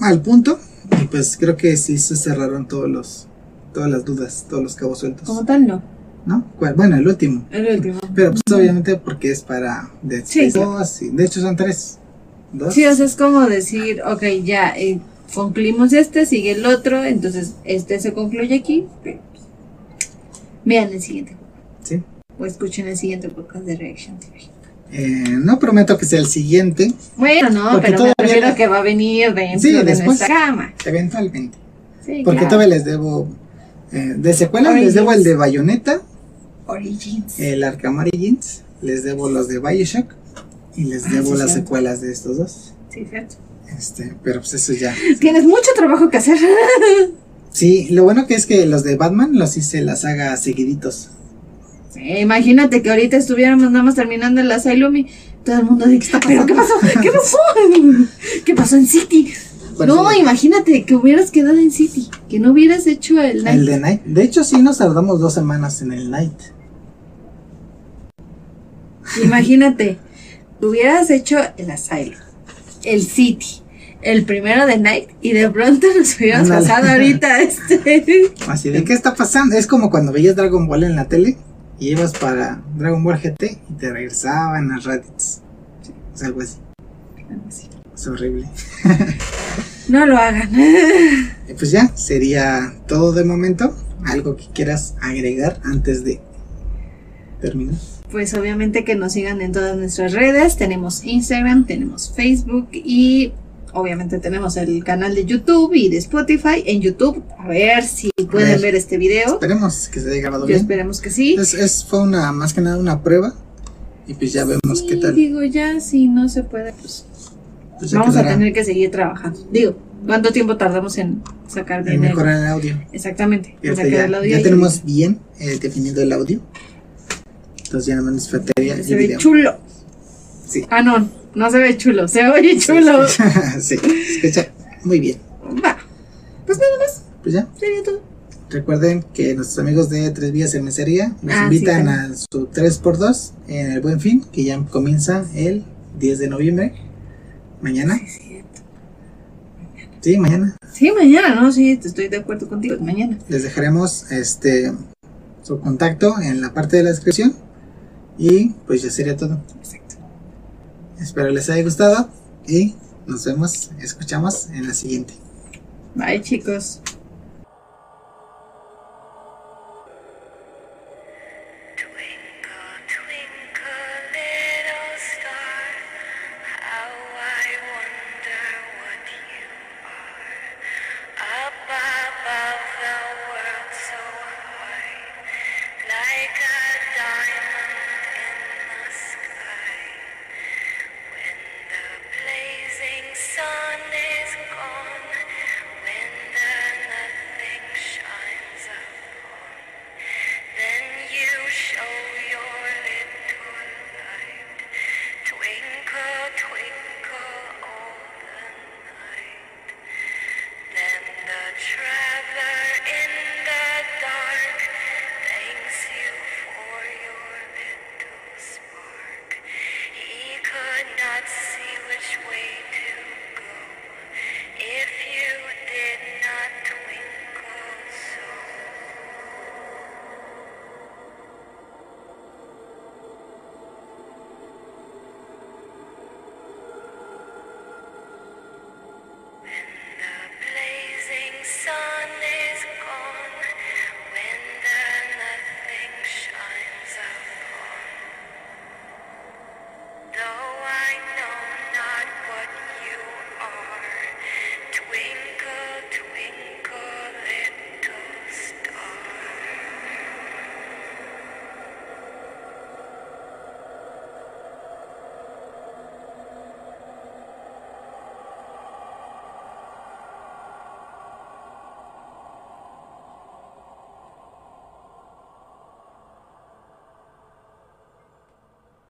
Speaker 2: al punto. Y pues creo que sí se cerraron todos los, todas las dudas, todos los cabos sueltos.
Speaker 1: Como tal, no.
Speaker 2: ¿No? Cu- Bueno, el último.
Speaker 1: El último.
Speaker 2: Pero pues obviamente porque es para Dead
Speaker 1: Sí,
Speaker 2: Space
Speaker 1: claro.
Speaker 2: 2, y- De hecho son tres. Dos.
Speaker 1: Sí, o sea, es como decir, ok, ya eh, concluimos este, sigue el otro, entonces este se concluye aquí. pero, pues, Vean el siguiente.
Speaker 2: Sí.
Speaker 1: O escuchen el siguiente podcast de Reaction TV.
Speaker 2: Eh, no prometo que sea el siguiente.
Speaker 1: Bueno, no, pero
Speaker 2: Porque
Speaker 1: me
Speaker 2: todavía
Speaker 1: refiero
Speaker 2: la-
Speaker 1: que va a venir dentro
Speaker 2: Sí,
Speaker 1: de
Speaker 2: después.
Speaker 1: nuestra cama.
Speaker 2: Eventualmente.
Speaker 1: Sí,
Speaker 2: Porque
Speaker 1: claro.
Speaker 2: todavía les debo. eh, de secuelas
Speaker 1: Origins.
Speaker 2: les debo el de Bayonetta,
Speaker 1: Origins.
Speaker 2: el Arkham Origins, les debo los de Bioshock y les
Speaker 1: Ah, sí,
Speaker 2: debo las
Speaker 1: cierto.
Speaker 2: secuelas de estos dos.
Speaker 1: Sí, cierto.
Speaker 2: Este, pero pues eso ya.
Speaker 1: Tienes mucho trabajo que hacer.
Speaker 2: Sí, lo bueno que es que los de Batman los hice la saga seguiditos.
Speaker 1: Eh, imagínate que ahorita estuviéramos nada más terminando el Asylum y todo el mundo de ¿qué está pasando? ¿Pero qué pasó? ¿Qué pasó? ¿Qué pasó en City?
Speaker 2: Por
Speaker 1: no,
Speaker 2: eso,
Speaker 1: imagínate que hubieras quedado en City, que no hubieras hecho el night.
Speaker 2: el de Night. De hecho, sí nos tardamos dos semanas en el Night.
Speaker 1: Imagínate, que hubieras hecho el Asylum, el City, el primero de Night y de pronto nos hubiéramos
Speaker 2: Ándale.
Speaker 1: pasado ahorita este.
Speaker 2: Así de, ¿qué está pasando? Es como cuando veías Dragon Ball en la tele y ibas para Dragon Ball GT y te regresaban a Raditz. Es algo así. Es horrible.
Speaker 1: No lo hagan.
Speaker 2: Y pues ya, sería todo de momento. Algo que quieras agregar antes de terminar.
Speaker 1: Pues obviamente que nos sigan en todas nuestras redes. Tenemos Instagram, tenemos Facebook y obviamente tenemos el canal de YouTube y de Spotify. En YouTube, a ver si pueden
Speaker 2: ver.
Speaker 1: ver este video.
Speaker 2: Esperemos que se haya grabado
Speaker 1: Yo
Speaker 2: bien.
Speaker 1: esperemos que sí.
Speaker 2: Es, es- fue una, más que nada una prueba. Y pues ya vemos qué
Speaker 1: Sí,
Speaker 2: tal.
Speaker 1: digo, ya si no se puede, pues
Speaker 2: Pues ya
Speaker 1: vamos a
Speaker 2: quedará
Speaker 1: tener que seguir trabajando. Digo, ¿cuánto tiempo tardamos en sacar
Speaker 2: en
Speaker 1: bien el-
Speaker 2: mejorar el audio.
Speaker 1: Exactamente. en
Speaker 2: Fíjate,
Speaker 1: sacar
Speaker 2: ya,
Speaker 1: el audio
Speaker 2: ya
Speaker 1: y-
Speaker 2: tenemos bien eh, definido el audio. Entonces ya nada más nos faltaría
Speaker 1: Se
Speaker 2: el
Speaker 1: ve
Speaker 2: video.
Speaker 1: chulo.
Speaker 2: Sí.
Speaker 1: Ah, no, no se ve chulo, se oye chulo.
Speaker 2: sí, se escucha muy bien.
Speaker 1: Va. Pues nada más,
Speaker 2: Pues ya,
Speaker 1: sería todo.
Speaker 2: recuerden que nuestros amigos de Tres Vías Cervecería nos
Speaker 1: Ah, sí,
Speaker 2: invitan
Speaker 1: también.
Speaker 2: a su 3x2 en el Buen Fin, que ya comienza el 10 de noviembre. Mañana. Sí, mañana.
Speaker 1: Sí, mañana, ¿no? Sí, te estoy de acuerdo contigo. Mañana.
Speaker 2: Les dejaremos este su contacto en la parte de la descripción. Y pues ya sería todo.
Speaker 1: Exacto.
Speaker 2: Espero les haya gustado y nos vemos, escuchamos en la siguiente.
Speaker 1: Bye, chicos.